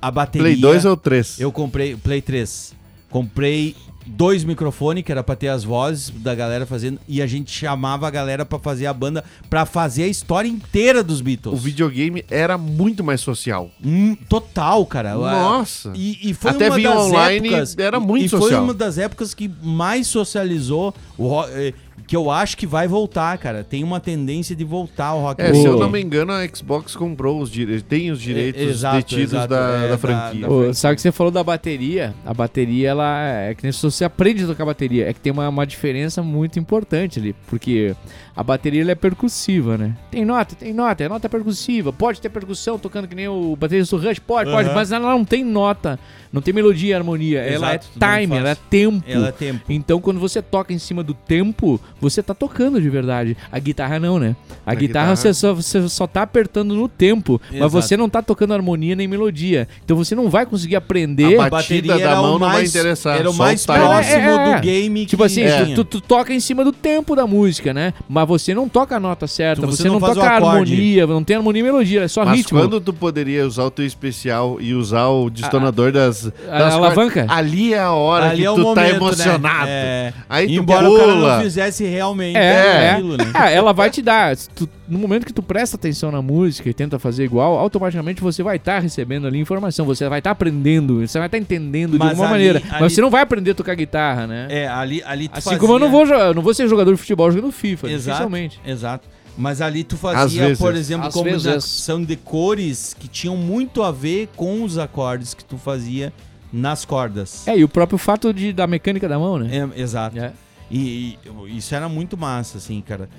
Speaker 6: a bateria.
Speaker 5: Play 2 ou 3?
Speaker 6: Eu comprei Play 3. Comprei dois microfones, que era pra ter as vozes da galera fazendo, e a gente chamava a galera pra fazer a banda, pra fazer a história inteira dos
Speaker 5: O
Speaker 6: Beatles.
Speaker 5: videogame era muito mais social.
Speaker 6: Hum, total, cara.
Speaker 5: Nossa.
Speaker 6: E, e foi
Speaker 5: É. Até
Speaker 6: uma
Speaker 5: vinho
Speaker 6: das
Speaker 5: online
Speaker 6: épocas,
Speaker 5: era muito
Speaker 6: e foi
Speaker 5: social.
Speaker 6: uma das épocas que mais socializou o ro- eh, que eu acho que vai voltar, cara. Tem uma tendência de voltar o rock
Speaker 5: É,
Speaker 6: and
Speaker 5: se eu
Speaker 6: roll.
Speaker 5: não me engano, a Xbox comprou os direitos, tem os direitos
Speaker 6: É, exato,
Speaker 5: detidos
Speaker 6: exato,
Speaker 5: da,
Speaker 6: é,
Speaker 5: da
Speaker 6: da-
Speaker 5: franquia.
Speaker 6: da-
Speaker 4: Ô, sabe que você falou da bateria? A bateria, ela é que nem se você aprende a tocar bateria. É que tem uma, uma diferença muito importante ali. Porque a bateria ela é percussiva, né? Tem nota, tem nota, é nota percussiva. Pode ter percussão tocando que nem o baterista do Rush, pode, pode.
Speaker 6: Aham.
Speaker 4: Mas ela não tem nota, não tem melodia, harmonia. ela é
Speaker 6: Exato, tu não
Speaker 4: time,
Speaker 6: faz.
Speaker 4: ela é tempo.
Speaker 6: Ela é tempo.
Speaker 4: Então, quando você toca em cima do tempo, você tá tocando de verdade. A guitarra não, né? A,
Speaker 5: A
Speaker 4: guitarra,
Speaker 5: guitarra-
Speaker 4: Você, só, você só tá apertando no tempo, mas
Speaker 6: Exato.
Speaker 4: você não tá tocando harmonia nem melodia. Então você não vai conseguir aprender.
Speaker 5: A batida da
Speaker 6: era o
Speaker 5: mão não vai interessar,
Speaker 6: Era o
Speaker 5: só o
Speaker 6: mais
Speaker 5: time.
Speaker 6: próximo
Speaker 4: É, é, é.
Speaker 6: do game
Speaker 4: Tipo assim,
Speaker 5: É.
Speaker 4: tu, tu toca em cima do tempo da música, né? Mas você não toca a nota certa,
Speaker 6: Tu-
Speaker 4: você,
Speaker 6: você
Speaker 4: não,
Speaker 6: não faz o
Speaker 4: toca a
Speaker 6: acorde.
Speaker 4: harmonia, não tem harmonia e melodia, é só
Speaker 5: Mas
Speaker 4: ritmo.
Speaker 5: quando tu poderia usar o teu especial e usar o destonador das, das
Speaker 4: a alavanca?
Speaker 5: Ali é a hora
Speaker 6: Ali
Speaker 5: que
Speaker 6: é o
Speaker 5: tu tá
Speaker 6: momento, né?
Speaker 5: emocionado.
Speaker 6: É.
Speaker 5: Aí tu
Speaker 6: Embora o cara
Speaker 5: pula.
Speaker 6: não fizesse realmente
Speaker 4: É,
Speaker 6: aquilo, né?
Speaker 4: Ah, ela vai te dar. se tu- no momento que tu presta atenção na música e tenta fazer igual, automaticamente você vai estar recebendo ali informação, você vai estar aprendendo, você vai estar entendendo de
Speaker 6: Mas
Speaker 4: alguma
Speaker 6: ali-
Speaker 4: maneira. Mas
Speaker 6: ali-
Speaker 4: você não vai aprender a tocar guitarra, né?
Speaker 6: É, ali, ali tu
Speaker 4: assim como eu não
Speaker 6: fazia-
Speaker 4: vou, jo- eu não vou ser jogador de futebol jogando FIFA,
Speaker 6: Exato,
Speaker 4: dificilmente.
Speaker 6: exato. Mas ali tu
Speaker 5: Às
Speaker 6: fazia,
Speaker 5: vezes.
Speaker 6: por exemplo,
Speaker 4: Às
Speaker 6: combinação de cores que tinham muito a ver com os acordes que tu fazia nas cordas.
Speaker 4: É, e o próprio fato de, da mecânica da mão, né?
Speaker 6: É, exato.
Speaker 4: É.
Speaker 6: E, e isso era muito massa, assim, cara.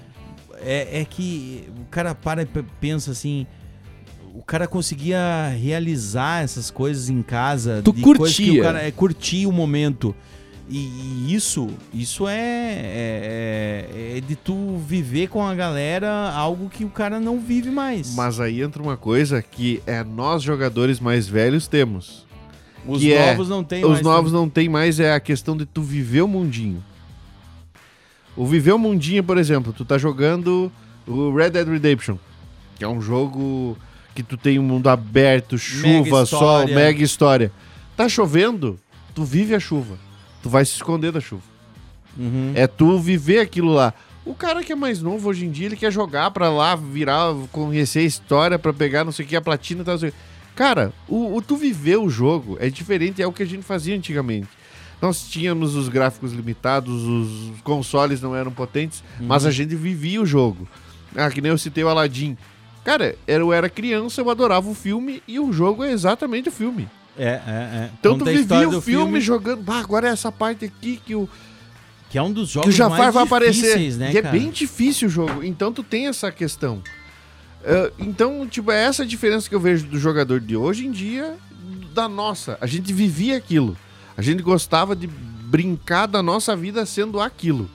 Speaker 6: É, é que o cara para e pe- pensa assim. O cara conseguia realizar essas coisas em casa.
Speaker 4: Tu
Speaker 6: de coisas
Speaker 4: curtia.
Speaker 6: o cara, é, curtia o momento. E, e isso, isso é, é, é- é de tu viver com a galera algo que o cara não vive mais.
Speaker 5: Mas aí entra uma coisa que é nós jogadores mais velhos temos.
Speaker 6: os
Speaker 5: que é-
Speaker 6: novos não tem
Speaker 5: Os
Speaker 6: mais né?
Speaker 5: novos não tem mais, é a questão de tu viver o mundinho. O viver o mundinho, por exemplo, tu tá jogando o Red Dead Redemption, que é um jogo que tu tem um mundo aberto, chuva, sol,
Speaker 6: história.
Speaker 5: mega história. Tá chovendo, tu vive a chuva. Tu vai se esconder da chuva.
Speaker 6: Uhum.
Speaker 5: É tu viver aquilo lá. O cara que é mais novo hoje em dia, ele quer jogar pra lá, virar, conhecer a história, pra pegar não sei o que, a platina e tal. não sei o quê. Cara, o, o tu viver o jogo é diferente, é o que a gente fazia antigamente. Nós tínhamos os gráficos limitados, os consoles não eram potentes,
Speaker 6: Uhum.
Speaker 5: mas a gente vivia o jogo. Ah, que nem eu citei o Aladdin. Cara, era- eu era criança, eu adorava o filme e o jogo é exatamente o filme.
Speaker 6: É, é, é.
Speaker 5: Então
Speaker 6: Conta
Speaker 5: tu
Speaker 6: a
Speaker 5: vivia
Speaker 6: história
Speaker 5: o
Speaker 6: do
Speaker 5: filme, jogando. "Bah, agora é essa parte aqui que o,
Speaker 6: Que é um dos
Speaker 5: que o
Speaker 6: jogos
Speaker 5: Jafar
Speaker 6: mais
Speaker 5: vai aparecer.
Speaker 6: difíceis, né,
Speaker 5: e é
Speaker 6: cara?
Speaker 5: bem difícil o jogo. Então tu tem essa questão. Ah, então, tipo, é essa a diferença que eu vejo do jogador de hoje em dia da nossa. A gente vivia aquilo. A gente gostava de brincar da nossa vida sendo aquilo.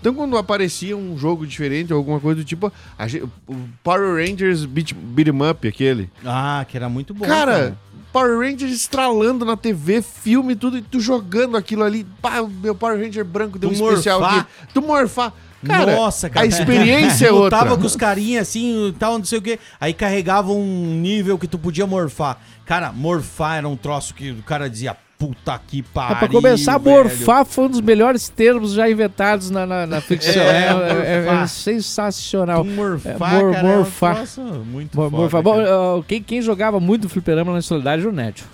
Speaker 5: Então, quando aparecia um jogo diferente ou alguma coisa do tipo, a gente- o Power Rangers Beat, Beat 'em Up, aquele.
Speaker 6: Ah, que era muito bom.
Speaker 5: cara, Power Rangers estralando na TV, filme, tudo, e tu jogando aquilo ali. Pá, meu Power Ranger branco deu
Speaker 6: Tu
Speaker 5: um especial
Speaker 6: morfar.
Speaker 5: aqui. Tu morfar. Cara,
Speaker 6: Nossa,
Speaker 5: a experiência é
Speaker 6: Eu
Speaker 5: outra.
Speaker 6: tava com os carinhas assim, e tal, não sei o quê. Aí carregava um nível que tu podia morfar. Cara, morfar era um troço que o cara dizia, puta que pariu.
Speaker 4: É, pra começar,
Speaker 6: velho."
Speaker 4: morfar foi um dos melhores termos já inventados na, na, na ficção.
Speaker 6: É,
Speaker 4: É, é- é
Speaker 6: morfar. Tu
Speaker 4: sensacional.
Speaker 6: Morfar,
Speaker 4: É, mor-
Speaker 6: cara,
Speaker 4: morfar.
Speaker 6: era um troço muito
Speaker 4: Mor-
Speaker 6: foda,
Speaker 4: morfar. Bom,
Speaker 6: cara.
Speaker 4: ah, quem, quem jogava muito fliperama na solidariedade era o Nédio.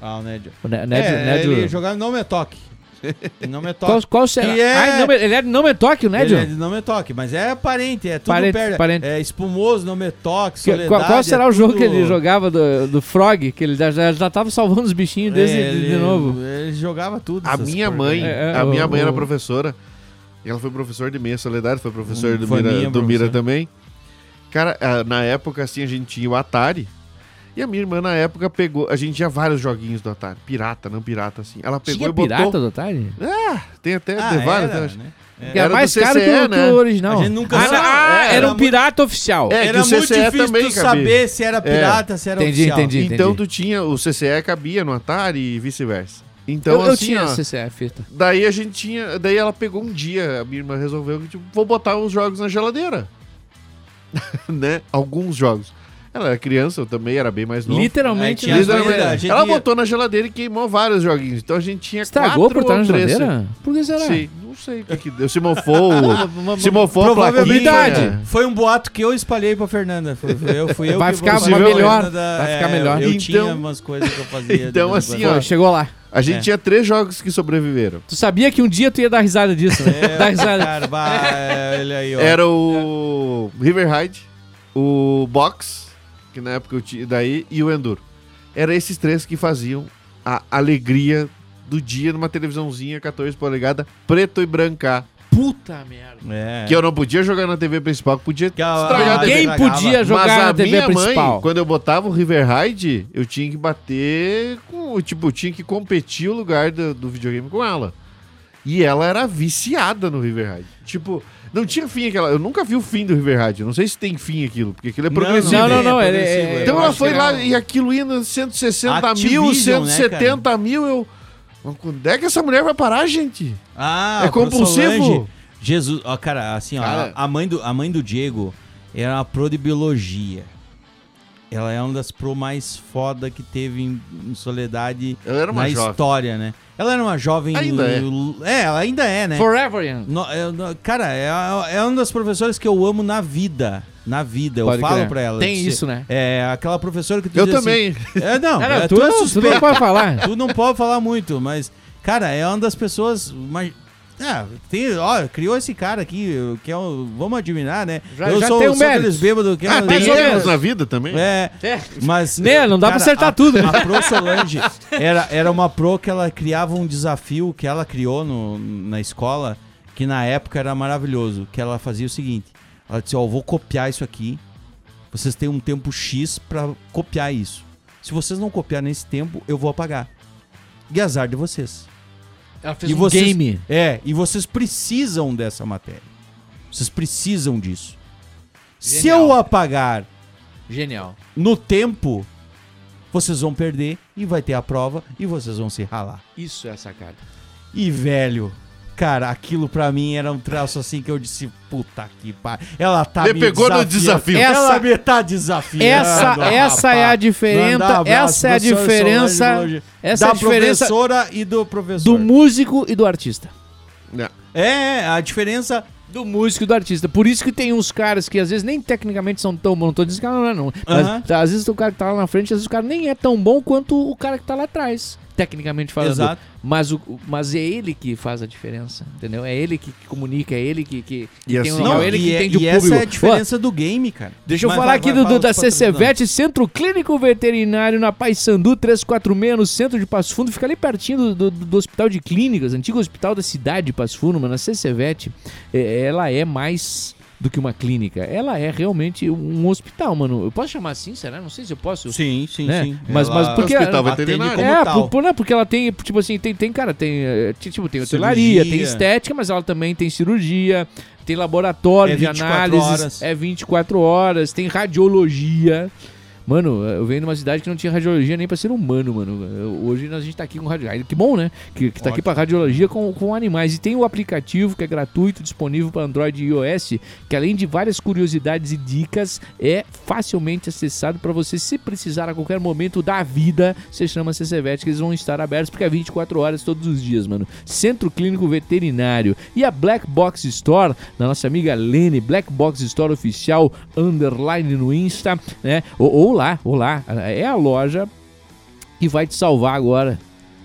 Speaker 6: Ah, o Ned.
Speaker 4: O Né-
Speaker 6: Ned,
Speaker 4: Nédio, Nédio-
Speaker 6: É, ele jogava Não Me Toque. Não Me Toque.
Speaker 4: Qual, qual será?
Speaker 6: Que é-
Speaker 4: Ai, não, me- ele é de não me toque, o Nédio?
Speaker 6: Ele é de Não Me Toque, mas é parente, é tudo
Speaker 4: Parente,
Speaker 6: perto.
Speaker 4: parente.
Speaker 6: É espumoso, Não Me Toque,
Speaker 4: Que-
Speaker 6: Soledade.
Speaker 4: qual, qual será
Speaker 6: é
Speaker 4: o jogo
Speaker 6: tudo-
Speaker 4: que ele jogava do, do Frog? Que ele já, já, já tava salvando os bichinhos desde
Speaker 6: É,
Speaker 4: de
Speaker 6: ele-
Speaker 4: novo.
Speaker 6: Ele jogava tudo.
Speaker 5: a
Speaker 6: essas
Speaker 5: minha
Speaker 6: porcaria.
Speaker 5: mãe,
Speaker 4: É, é,
Speaker 5: a minha
Speaker 4: o-
Speaker 5: mãe era
Speaker 4: o-
Speaker 5: professora. e Ela foi professora de meia soledade, foi professora do,
Speaker 6: Foi
Speaker 5: Mira,
Speaker 6: minha
Speaker 5: do Mira
Speaker 6: professora.
Speaker 5: também. Cara, ah, na época, assim, a gente tinha o Atari. E a minha irmã, na época, pegou. A gente tinha vários joguinhos do Atari. Pirata, não pirata, assim. Ela pegou
Speaker 4: Tinha
Speaker 5: e botou.
Speaker 4: pirata do Atari?
Speaker 5: Tem até.
Speaker 6: Ah,
Speaker 5: tem vários,
Speaker 6: era,
Speaker 5: né?
Speaker 6: né?
Speaker 4: Que era
Speaker 5: Era do
Speaker 4: mais caro
Speaker 5: CCE,
Speaker 4: que, o- que
Speaker 5: né?
Speaker 4: o original.
Speaker 6: A gente nunca
Speaker 4: ah,
Speaker 6: sabe.
Speaker 4: ah,
Speaker 6: É,
Speaker 4: era,
Speaker 6: era
Speaker 4: um
Speaker 6: mu-
Speaker 4: pirata oficial.
Speaker 5: É, que
Speaker 6: Era
Speaker 5: o
Speaker 6: muito
Speaker 5: CCE
Speaker 6: difícil
Speaker 5: também É.
Speaker 6: tu
Speaker 5: cabia.
Speaker 6: saber se era pirata, se era
Speaker 4: Entendi,
Speaker 6: oficial.
Speaker 4: entendi.
Speaker 5: Então tu tinha. O CCE cabia no Atari e vice-versa. Então,
Speaker 4: eu, eu
Speaker 5: assim,
Speaker 4: tinha
Speaker 5: ó,
Speaker 4: CCE fita.
Speaker 5: Daí a gente tinha. Daí ela pegou um dia, a minha irmã resolveu que, tipo, vou botar os jogos na geladeira. né? Alguns jogos. Ela era criança, eu também era bem mais novo.
Speaker 4: Literalmente.
Speaker 6: Aí tinha-
Speaker 4: né?
Speaker 5: Literalmente.
Speaker 6: A gente-
Speaker 5: Ela botou na geladeira e queimou vários joguinhos. Então a gente tinha
Speaker 4: Estragou
Speaker 5: quatro
Speaker 4: tá por estar na
Speaker 5: ou três.
Speaker 4: geladeira? Por que será?
Speaker 5: Sim, não sei o que, que deu. Se mofou. se mofou a
Speaker 6: Probabilidade.
Speaker 5: plaquinha.
Speaker 6: Foi um boato que eu espalhei pra Fernanda. Foi, foi eu, fui eu
Speaker 4: Vai
Speaker 6: que
Speaker 4: ficar
Speaker 6: vou-
Speaker 4: melhor,
Speaker 6: Fernanda,
Speaker 4: vai ficar melhor.
Speaker 6: é, Eu
Speaker 5: Então-
Speaker 6: tinha umas coisas que eu fazia.
Speaker 5: Então,
Speaker 6: de vez em
Speaker 5: assim,
Speaker 6: quando.
Speaker 5: ó.
Speaker 4: Foi, chegou lá.
Speaker 5: A gente
Speaker 6: É.
Speaker 5: tinha três jogos que sobreviveram.
Speaker 4: Tu sabia que um dia tu ia dar risada disso, né?
Speaker 6: É,
Speaker 4: dar risada.
Speaker 6: cara, bah, é, olha aí, ó.
Speaker 5: Era o River Hyde, o Box, que na época eu tinha daí, e o Enduro. Era esses três que faziam a alegria do dia numa televisãozinha 14 polegada, preto e branca.
Speaker 4: Puta merda.
Speaker 6: É.
Speaker 5: Que eu não podia jogar na TV principal, que podia
Speaker 6: Que a-
Speaker 5: estragar a
Speaker 6: Ninguém
Speaker 5: TV.
Speaker 4: Quem
Speaker 6: Estragava.
Speaker 4: podia jogar
Speaker 5: Mas a
Speaker 4: na TV
Speaker 5: minha
Speaker 4: principal?
Speaker 5: mãe, quando eu botava o River Hyde, eu tinha que bater com. Tipo, eu tinha que competir o lugar do, do videogame com ela. E ela era viciada no River Hyde. Tipo, não tinha fim aquela. Eu nunca vi o fim do River Hyde. Eu Não sei se tem fim aquilo, porque aquilo é progressivo.
Speaker 4: não, não, não, é, ele-
Speaker 6: progressivo,
Speaker 5: Então
Speaker 6: é, eu
Speaker 5: ela
Speaker 6: acho
Speaker 5: foi
Speaker 6: que
Speaker 5: lá
Speaker 6: era um-
Speaker 5: e aquilo indo 160 mil,
Speaker 6: Activision, né,
Speaker 5: 170 mil, eu. Mas quando é que essa mulher vai parar, gente?
Speaker 6: Ah,
Speaker 5: é
Speaker 6: pro
Speaker 5: compulsivo?
Speaker 6: Solange, Jesus, ó, cara, assim, ó,
Speaker 5: Cara.
Speaker 6: a mãe do a mãe do Diego era uma pro de biologia. Ela é uma das pro mais foda que teve em, em Soledade
Speaker 5: Ela era uma
Speaker 6: na
Speaker 5: jovem.
Speaker 6: história, né? Ela era uma jovem.
Speaker 5: Ainda é.
Speaker 6: é, ela ainda é, né?
Speaker 4: Forever Young.
Speaker 6: No- é- no- cara, é, a- é uma das professoras que eu amo na vida. Na vida, eu
Speaker 4: Pode
Speaker 6: falo
Speaker 4: crer.
Speaker 6: pra ela.
Speaker 4: Tem
Speaker 6: eu disse-
Speaker 4: isso, né?
Speaker 6: É, aquela professora que tu
Speaker 5: Eu
Speaker 6: diz assim,
Speaker 5: também.
Speaker 6: é, não,
Speaker 4: Cara,
Speaker 6: é,
Speaker 4: tu,
Speaker 6: tu é
Speaker 4: não, tu não
Speaker 6: suspeito.
Speaker 4: pode falar.
Speaker 6: Tu não pode falar muito, mas, cara, é uma das pessoas mais. Ah, tem, ó, criou esse cara aqui, que é um, vamos admirar, né?
Speaker 4: Já-
Speaker 6: eu
Speaker 4: já
Speaker 6: sou,
Speaker 4: tem um
Speaker 6: sou
Speaker 4: mérito.
Speaker 6: aqueles bêbados que
Speaker 5: Ah,
Speaker 6: eu-
Speaker 5: tem
Speaker 4: ou
Speaker 5: erros
Speaker 4: menos.
Speaker 5: na vida também?
Speaker 6: É,
Speaker 4: É.
Speaker 6: mas.
Speaker 4: Né, não dá pra acertar
Speaker 6: a-
Speaker 4: tudo, né?
Speaker 6: A Pro Solange era, era uma Pro que ela criava um desafio que ela criou no, na escola, que na época era maravilhoso. Que ela fazia o seguinte: ela disse, ó, eu vou copiar isso aqui. Vocês têm um tempo X pra copiar isso. Se vocês não copiarem nesse tempo, eu vou apagar. E azar de vocês.
Speaker 4: Ela fez
Speaker 6: E
Speaker 4: um
Speaker 6: vocês-
Speaker 4: game.
Speaker 6: É, e vocês precisam dessa matéria. Vocês precisam disso. Se
Speaker 4: Genial.
Speaker 6: eu apagar
Speaker 4: Genial.
Speaker 6: no tempo, vocês vão perder e vai ter a prova e vocês vão se ralar.
Speaker 4: Isso é a sacada.
Speaker 6: E velho, cara, aquilo pra mim era um traço assim que eu disse, puta que pariu. Ela tá
Speaker 5: Ele
Speaker 6: me
Speaker 5: pegou no desafio.
Speaker 6: Ela
Speaker 4: Essa-
Speaker 6: me tá desafiando.
Speaker 4: Essa, essa é a
Speaker 6: rapaz. Mandar
Speaker 4: diferença.
Speaker 6: um abraço
Speaker 4: Essa é a
Speaker 6: pro Solange
Speaker 4: diferença.
Speaker 6: Longe.
Speaker 4: Essa é
Speaker 6: da
Speaker 4: a diferença
Speaker 6: professora e do professor.
Speaker 4: do músico e do artista.
Speaker 5: Não.
Speaker 6: É, a diferença
Speaker 4: Do músico e do artista. Por isso que tem uns caras que às vezes nem tecnicamente são tão bons. Não tô dizendo que não, é, não. Mas
Speaker 6: Aham.
Speaker 4: tá, às vezes o cara que tá lá na frente, às vezes o cara nem é tão bom quanto o cara que tá lá atrás. Tecnicamente falando.
Speaker 6: Exato.
Speaker 4: Mas, o, o- mas é ele que faz a diferença, entendeu? É ele que comunica, é ele que, que, que
Speaker 5: E
Speaker 4: tem o
Speaker 5: assim-
Speaker 4: know-how,
Speaker 5: Não,
Speaker 4: ele
Speaker 6: e,
Speaker 4: que
Speaker 6: é-
Speaker 4: entende
Speaker 6: e
Speaker 4: o público.
Speaker 6: essa é a
Speaker 4: Ó,
Speaker 6: diferença do game, cara.
Speaker 4: Deixa eu
Speaker 6: Mas
Speaker 4: falar
Speaker 6: vai-
Speaker 4: aqui
Speaker 6: vai-
Speaker 4: do,
Speaker 6: fala
Speaker 4: da
Speaker 6: dos patrocinadores.
Speaker 4: CCVET, Centro Clínico Veterinário na Paissandu 346, no centro de Passo Fundo. Fica ali pertinho do, do, do Hospital de Clínicas, antigo hospital da cidade de Passo Fundo, mano. A CCVET, é, ela é mais do que uma clínica. Ela é realmente um hospital, mano. Eu posso chamar assim, será? Não sei se eu posso.
Speaker 6: Sim, sim,
Speaker 4: Né?
Speaker 6: sim.
Speaker 4: Mas- mas
Speaker 6: Ela
Speaker 4: porque-
Speaker 5: Hospital
Speaker 6: atende
Speaker 5: veterinário.
Speaker 6: como
Speaker 4: é,
Speaker 6: tal.
Speaker 4: por- por- né, porque ela tem, tipo assim, tem, tem cara, tem, eh, ti- tipo, tem hotelaria,
Speaker 6: Cirurgia.
Speaker 4: tem estética, mas ela também tem cirurgia, tem laboratório
Speaker 6: É
Speaker 4: de
Speaker 6: 24
Speaker 4: análise,
Speaker 6: horas.
Speaker 4: é 24 horas, tem radiologia. Mano, eu venho de uma cidade que não tinha radiologia nem pra ser humano, mano. Eu- Hoje a gente tá aqui com radiologia. Que bom, né? Que, que tá aqui pra radiologia com, com animais. E tem o aplicativo que é gratuito, disponível para Android e iOS, que além de várias curiosidades e dicas, é facilmente acessado pra você, se precisar a qualquer momento da vida, você chama a CCVET, que eles vão estar abertos porque é 24 horas todos os dias, mano. Centro Clínico Veterinário. E a Black Box Store, da nossa amiga Lene, Black Box Store Oficial, underline no Insta, né? Ou, ou lá, ou lá. É a loja que vai te salvar agora.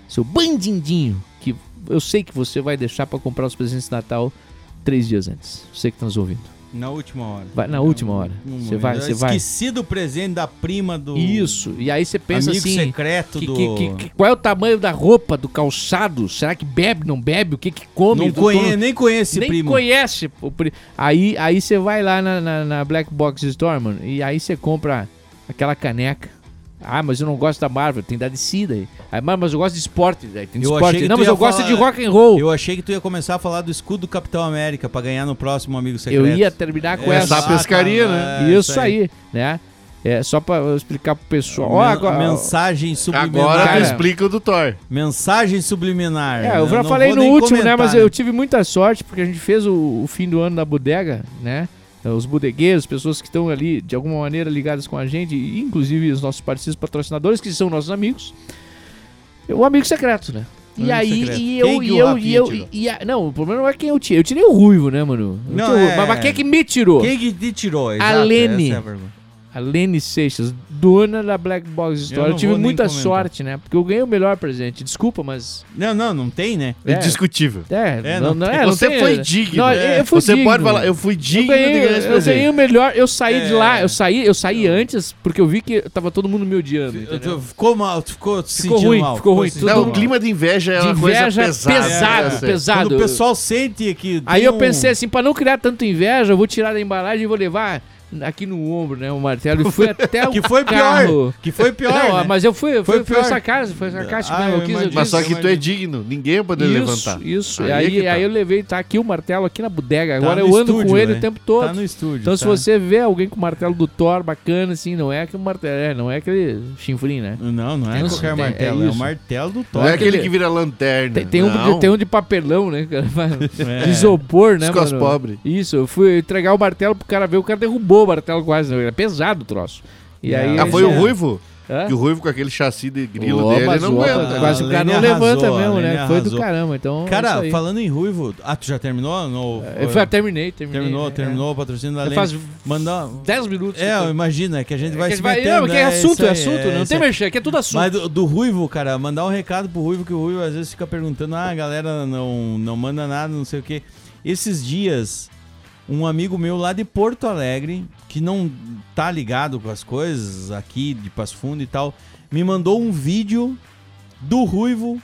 Speaker 4: Seu bandindinho, que eu sei que você vai deixar pra comprar os presentes de Natal três dias antes. Você que tá nos ouvindo.
Speaker 6: Na última hora.
Speaker 4: Vai, na última hora.
Speaker 6: Um
Speaker 4: Você
Speaker 6: momento.
Speaker 4: vai,
Speaker 6: Eu
Speaker 4: você vai.
Speaker 6: Esqueci do presente da prima do.
Speaker 4: Isso. E aí você pensa
Speaker 6: amigo
Speaker 4: assim.
Speaker 6: secreto
Speaker 4: que-
Speaker 6: do.
Speaker 4: que- que- que- qual é o tamanho da roupa, do calçado? Será que bebe, não bebe? O que que come?
Speaker 6: Não
Speaker 4: Tu- tu
Speaker 6: conhe... Nem conhece esse
Speaker 4: nem
Speaker 6: primo.
Speaker 4: conhece. o pri- Aí aí você vai lá na, na, na Black Box Store, mano, e aí você compra aquela caneca. Ah, mas eu não gosto da Marvel, tem da DC daí. Ah, mas mas eu gosto de esporte, daí tem de
Speaker 6: Eu achei
Speaker 4: esporte.
Speaker 6: que
Speaker 4: Não,
Speaker 6: tu
Speaker 4: mas
Speaker 6: ia
Speaker 4: eu gosto
Speaker 6: falar-
Speaker 4: de rock and roll. Eu,
Speaker 6: Eu achei que tu ia começar a falar do escudo do Capitão América pra ganhar no próximo amigo secreto. ah,
Speaker 4: ia terminar com
Speaker 5: É,
Speaker 4: essa.
Speaker 5: sabe- pescaria,
Speaker 6: tá,
Speaker 4: isso, aí, né? É só pra eu explicar pro pessoal. Ó,
Speaker 6: Men-
Speaker 4: agora-
Speaker 6: Mensagem subliminar.
Speaker 5: Agora
Speaker 4: Cara.
Speaker 5: tu explica o do Thor.
Speaker 6: Mensagem subliminar.
Speaker 4: É, eu já
Speaker 6: não
Speaker 4: falei
Speaker 6: vou
Speaker 4: no
Speaker 6: nem
Speaker 4: último, né?
Speaker 6: comentar,
Speaker 4: Mas eu tive muita sorte, porque a gente fez o, o fim do ano na bodega, né? eh, os bodegueiros, pessoas que estão ali de alguma maneira ligadas com a gente, e inclusive os nossos parceiros patrocinadores, que são nossos amigos. É O amigo secreto, né? E
Speaker 6: Amigo
Speaker 4: aí,
Speaker 6: secreto.
Speaker 4: e
Speaker 6: Quem
Speaker 4: eu,
Speaker 6: que
Speaker 4: e
Speaker 6: o
Speaker 4: eu, e
Speaker 6: Rafinha
Speaker 4: eu,
Speaker 6: tirou?
Speaker 4: e a- não, o problema não é quem eu tirei. Eu tirei o Ruivo, né, mano? Eu tirei
Speaker 6: Não,
Speaker 4: o Ruivo,
Speaker 6: é-
Speaker 4: Mas, mas quem é que me tirou?
Speaker 6: Quem que te tirou?
Speaker 4: Lene.
Speaker 6: essa é a pergunta.
Speaker 4: A Lene Seixas, dona da Black Box Store. Eu,
Speaker 6: não
Speaker 4: tive
Speaker 6: vou nem
Speaker 4: muita
Speaker 6: comentar.
Speaker 4: sorte, né? Porque eu ganhei o melhor presente. Desculpa, mas.
Speaker 6: Não, não, não tem, né?
Speaker 4: É,
Speaker 5: Indiscutível.
Speaker 4: é,
Speaker 6: É,
Speaker 4: não,
Speaker 6: não
Speaker 4: não,
Speaker 6: tem.
Speaker 4: é, não
Speaker 5: você
Speaker 4: tem-
Speaker 5: foi digno.
Speaker 4: Não,
Speaker 5: É.
Speaker 6: né?
Speaker 4: eu fui
Speaker 5: você pode
Speaker 4: digno.
Speaker 5: falar, eu fui
Speaker 4: Eu
Speaker 5: digno de
Speaker 4: ganhei,
Speaker 5: ganhar esse
Speaker 4: eu
Speaker 5: presente.
Speaker 4: ganhei o melhor. Eu saí de
Speaker 6: É.
Speaker 4: lá, eu saí, eu saí antes porque eu vi que tava todo mundo me odiando.
Speaker 6: Eu-
Speaker 4: entendeu?
Speaker 6: eu- Ficou mal, tu ficou, assim. se
Speaker 4: Ficou
Speaker 6: sentindo
Speaker 4: ruim,
Speaker 6: mal,
Speaker 4: ficou ruim,
Speaker 6: se
Speaker 4: tudo
Speaker 5: Não,
Speaker 6: sentindo
Speaker 5: o
Speaker 6: mal.
Speaker 5: clima de inveja é
Speaker 4: De
Speaker 5: uma coisa
Speaker 4: inveja
Speaker 5: pesada.
Speaker 4: pesado,
Speaker 5: né?
Speaker 4: pesado.
Speaker 6: assim. Quando o pessoal sente que.
Speaker 4: Aí
Speaker 6: tem
Speaker 4: eu
Speaker 6: um-
Speaker 4: pensei assim, pra não criar tanta inveja, eu vou tirar da embalagem e vou levar aqui no ombro, né, o martelo. E fui até o
Speaker 6: Que foi pior.
Speaker 4: carro.
Speaker 6: Que foi pior.
Speaker 4: assim, não,
Speaker 6: né?
Speaker 4: mas eu fui, foi,
Speaker 6: Foi
Speaker 4: foi
Speaker 6: pior.
Speaker 4: sarcástico, foi sarcástico,
Speaker 6: Ah,
Speaker 4: não, eu
Speaker 6: eu
Speaker 4: quis, eu
Speaker 6: imagino.
Speaker 5: Mas
Speaker 4: quis.
Speaker 5: só que tu é digno, ninguém pode
Speaker 4: isso, Então
Speaker 5: levantar.
Speaker 4: Isso,
Speaker 5: Aí
Speaker 4: E aí,
Speaker 5: é que tá.
Speaker 4: aí eu levei, tá aqui o martelo aqui na bodega,
Speaker 6: Tá
Speaker 4: agora
Speaker 6: no
Speaker 4: eu ando com
Speaker 6: estúdio,
Speaker 4: ele
Speaker 6: né?
Speaker 4: o tempo todo.
Speaker 6: Tá no estúdio.
Speaker 4: então se
Speaker 6: tá.
Speaker 4: você vê alguém com o martelo do Thor bacana assim, não é aquele martelo, é, não é aquele chinfrim, né?
Speaker 6: Não, não é
Speaker 4: Tem-
Speaker 6: qualquer
Speaker 4: tem-
Speaker 6: martelo,
Speaker 4: é
Speaker 6: é, o
Speaker 4: isso.
Speaker 6: martelo do
Speaker 5: Não é
Speaker 6: Thor.
Speaker 5: aquele
Speaker 4: aquele-
Speaker 5: que vira lanterna.
Speaker 4: Tem, tem um,
Speaker 5: não.
Speaker 4: de, tem um de papelão, né, cara? De
Speaker 6: É.
Speaker 4: isopor, né,
Speaker 5: Escos
Speaker 4: mano?
Speaker 5: pobre.
Speaker 4: Isso, eu fui entregar o martelo pro cara ver, o cara derrubou o martelo quase, né? era pesado o troço. E
Speaker 6: Ah,
Speaker 4: aí...
Speaker 5: Ah,
Speaker 4: ele
Speaker 5: foi o
Speaker 4: já-
Speaker 5: Ruivo?
Speaker 4: Hã?
Speaker 5: Que o Ruivo com aquele chassi de grilo
Speaker 4: Ó,
Speaker 5: dele
Speaker 4: é. mas né?
Speaker 5: não
Speaker 4: o-
Speaker 5: aguenta.
Speaker 4: Quase o
Speaker 6: A
Speaker 4: cara não
Speaker 6: Lene
Speaker 4: levanta
Speaker 6: arrasou,
Speaker 4: mesmo,
Speaker 6: a
Speaker 4: né? Foi
Speaker 6: Lene
Speaker 4: do
Speaker 6: arrasou.
Speaker 4: caramba, então... é isso
Speaker 6: Cara,
Speaker 4: aí.
Speaker 6: falando em ruivo. Ah, tu já terminou? Não,
Speaker 4: É, foi, terminei, terminei.
Speaker 6: Terminou,
Speaker 4: é.
Speaker 6: terminou o patrocínio da
Speaker 4: É,
Speaker 6: Lene.
Speaker 4: Faz
Speaker 6: Mandar.
Speaker 4: 10 minutos.
Speaker 6: É,
Speaker 4: que eu-
Speaker 6: imagina, que a gente
Speaker 4: É
Speaker 6: vai
Speaker 4: que
Speaker 6: se
Speaker 4: vai-
Speaker 6: metendo,
Speaker 4: não, porque é
Speaker 6: isso
Speaker 4: assunto, é
Speaker 6: aí,
Speaker 4: assunto, né? não
Speaker 6: isso
Speaker 4: tem
Speaker 6: aí.
Speaker 4: mexer, aqui é tudo assunto.
Speaker 6: Mas do, do Ruivo, cara, mandar um recado pro Ruivo, que o Ruivo às vezes fica perguntando, ah, a galera não, não manda nada, não sei o quê. Esses dias, um amigo meu lá de Porto Alegre, que não tá ligado com as coisas aqui de Passo Fundo e tal, me mandou um vídeo do Ruivo,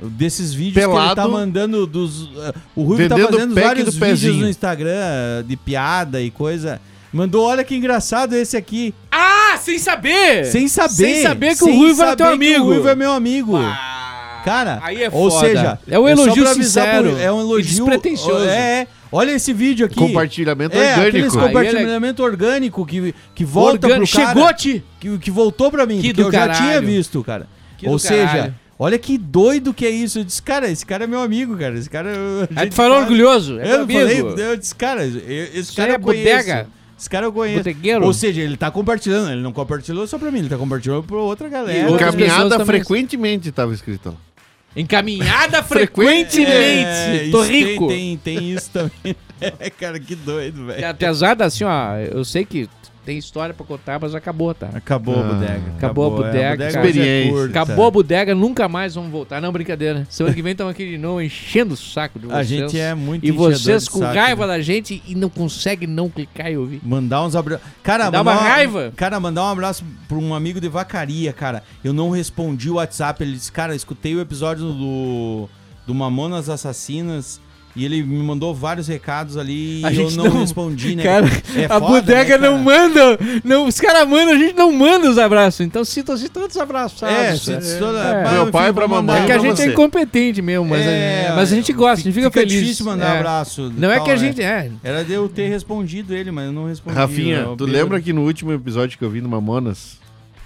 Speaker 6: desses vídeos que ele
Speaker 5: Pelado.
Speaker 6: tá mandando dos... eh, o Ruivo
Speaker 5: Vendendo
Speaker 6: tá fazendo
Speaker 5: pack
Speaker 6: vários
Speaker 5: do
Speaker 6: vídeos
Speaker 5: pezinho.
Speaker 6: no Instagram eh, de piada e coisa... Mandou, olha que engraçado esse aqui.
Speaker 4: Ah, sem saber!
Speaker 6: Sem saber.
Speaker 4: Sem saber que o
Speaker 6: Sem
Speaker 4: Ruivo era
Speaker 6: saber
Speaker 4: teu
Speaker 6: que
Speaker 4: amigo.
Speaker 6: O Ruivo é meu amigo.
Speaker 4: Ah,
Speaker 6: Cara,
Speaker 4: aí é
Speaker 6: ou
Speaker 4: foda.
Speaker 6: seja,
Speaker 4: é um
Speaker 6: só
Speaker 4: elogio
Speaker 6: pra avisar
Speaker 4: sincero.
Speaker 6: pro- é um elogio
Speaker 4: despretensioso.
Speaker 6: É, é. olha esse vídeo aqui.
Speaker 5: Compartilhamento
Speaker 6: É, aquele
Speaker 5: orgânico.
Speaker 4: Aí ele-
Speaker 6: compartilhamento orgânico que, que volta
Speaker 4: Orgânico.
Speaker 6: pro cara.
Speaker 4: Chegou-te!
Speaker 6: Que, que voltou pra mim,
Speaker 4: Que
Speaker 6: porque
Speaker 4: do
Speaker 6: eu já
Speaker 4: caralho.
Speaker 6: tinha visto, cara.
Speaker 4: Que
Speaker 6: ou
Speaker 4: do
Speaker 6: seja,
Speaker 4: caralho.
Speaker 6: olha que doido que é isso. Eu disse, cara, esse cara é meu amigo, cara. Esse cara... a
Speaker 4: Aí
Speaker 6: gente
Speaker 4: tu falou
Speaker 6: fala-
Speaker 4: orgulhoso. É meu
Speaker 6: Eu,
Speaker 4: amigo.
Speaker 6: falei, eu disse, cara, eu- esse
Speaker 4: aí
Speaker 6: cara
Speaker 4: é
Speaker 6: eu conheço.
Speaker 4: bodega.
Speaker 6: Esse cara eu conheço.
Speaker 4: Botegueiro.
Speaker 6: Ou seja, ele tá compartilhando. Ele não compartilhou só pra mim, ele tá compartilhando pra outra galera.
Speaker 4: E outras pessoas
Speaker 5: Encaminhada
Speaker 4: também.
Speaker 5: frequentemente, estava escrito. lá.
Speaker 4: Encaminhada
Speaker 5: Frequente-
Speaker 4: frequentemente.
Speaker 6: É,
Speaker 4: Tô
Speaker 6: isso tem-
Speaker 4: rico.
Speaker 6: Tem, tem isso também. É, cara, que doido,
Speaker 4: E
Speaker 6: velho.
Speaker 4: Apesar assim, ó, eu sei que tem história pra contar, mas acabou, tá?
Speaker 6: Acabou é,
Speaker 5: Ah.
Speaker 6: a bodega.
Speaker 4: Acabou a bodega, cara.
Speaker 5: Experiência.
Speaker 6: é.
Speaker 4: Acabou a bodega, nunca mais vamos voltar. Não, brincadeira. Semana que vem estamos aqui de novo enchendo o saco de vocês.
Speaker 6: A gente é muito
Speaker 4: E vocês
Speaker 6: enchedor de
Speaker 4: com
Speaker 6: saco,
Speaker 4: raiva
Speaker 6: né?
Speaker 4: da gente e não conseguem não clicar e ouvir.
Speaker 6: Mandar uns abraços. Cara,
Speaker 4: Dá
Speaker 6: mandar
Speaker 4: uma raiva.
Speaker 6: Cara, mandar um abraço pra um amigo de vacaria, cara. Eu não respondi o WhatsApp. Ele disse, cara, escutei o episódio do, do Mamonas Assassinas. E ele me mandou vários recados ali
Speaker 4: A
Speaker 6: e eu
Speaker 4: gente
Speaker 6: não,
Speaker 4: não-
Speaker 6: respondi, né?
Speaker 4: Cara,
Speaker 6: É
Speaker 4: a
Speaker 6: foda,
Speaker 4: bodega
Speaker 6: né,
Speaker 4: não
Speaker 6: cara?
Speaker 4: manda, não, os caras mandam, a gente não manda os abraços. Então sintam-se todos abraçados.
Speaker 6: É,
Speaker 4: É,
Speaker 6: se- se-
Speaker 4: É.
Speaker 6: mas,
Speaker 5: Meu
Speaker 6: enfim,
Speaker 5: pai
Speaker 6: vou
Speaker 5: pra
Speaker 6: mandar-
Speaker 5: mamãe,
Speaker 4: que a
Speaker 5: pra
Speaker 4: gente é
Speaker 5: você.
Speaker 4: incompetente mesmo, mas,
Speaker 6: É,
Speaker 4: é, mas a gente gosta, a gente fica, feliz.
Speaker 6: difícil mandar
Speaker 4: É.
Speaker 6: abraço. e
Speaker 4: Não é
Speaker 6: tal,
Speaker 4: que a
Speaker 6: né?
Speaker 4: gente. É.
Speaker 6: Era de eu ter respondido ele, mas eu não respondi.
Speaker 5: Rafinha,
Speaker 6: Eu-
Speaker 5: tu
Speaker 6: eu-
Speaker 5: lembra que no último episódio que eu vi no Mamonas,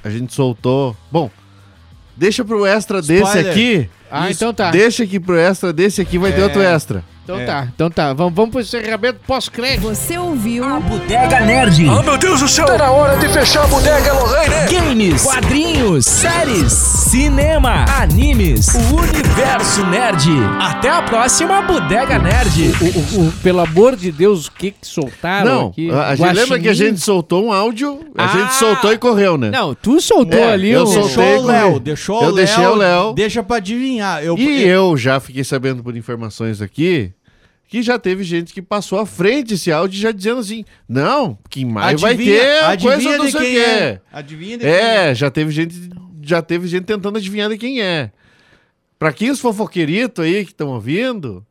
Speaker 5: a gente soltou. Bom, deixa pro extra desse
Speaker 6: Spoiler.
Speaker 5: aqui.
Speaker 4: Ah,
Speaker 5: Isso,
Speaker 4: então tá.
Speaker 5: Deixa que pro extra desse aqui vai ter outro extra.
Speaker 4: Então
Speaker 6: É.
Speaker 4: tá, então tá. Vamos, vamos pro encerramento pós-crédito.
Speaker 1: Você ouviu?
Speaker 3: Bodega Nerd.
Speaker 2: Ah, meu Deus do céu! Tá na hora de fechar a bodega, Lorraine!
Speaker 3: Games, quadrinhos, séries, cinema, animes, o universo nerd. Até a próxima Bodega Nerd.
Speaker 4: O- o- o- pelo amor de Deus, o que que soltaram
Speaker 5: Não,
Speaker 4: aqui?
Speaker 5: a, a gente lembra
Speaker 4: Guaxinim?
Speaker 5: que a gente soltou um áudio, a
Speaker 4: Ah!
Speaker 5: gente soltou e correu, né?
Speaker 4: Não, tu soltou
Speaker 5: É,
Speaker 4: ali
Speaker 5: eu
Speaker 4: o...
Speaker 5: soltei.
Speaker 6: Deixou o
Speaker 5: com
Speaker 6: Léo,
Speaker 5: ele.
Speaker 6: deixou
Speaker 5: Eu deixei o Léo.
Speaker 6: Deixa pra adivinhar. Eu,
Speaker 5: E
Speaker 6: eu-
Speaker 5: eu já fiquei sabendo por informações aqui que já teve gente que passou à frente esse áudio já dizendo assim: não, que em maio vai ter coisa do
Speaker 6: de
Speaker 5: sei o
Speaker 6: quem
Speaker 5: quê.
Speaker 6: é. Adivinha de
Speaker 4: Então.
Speaker 5: É, já teve gente, já teve gente tentando adivinhar de quem é. Pra quem os fofoqueiritos aí que estão ouvindo,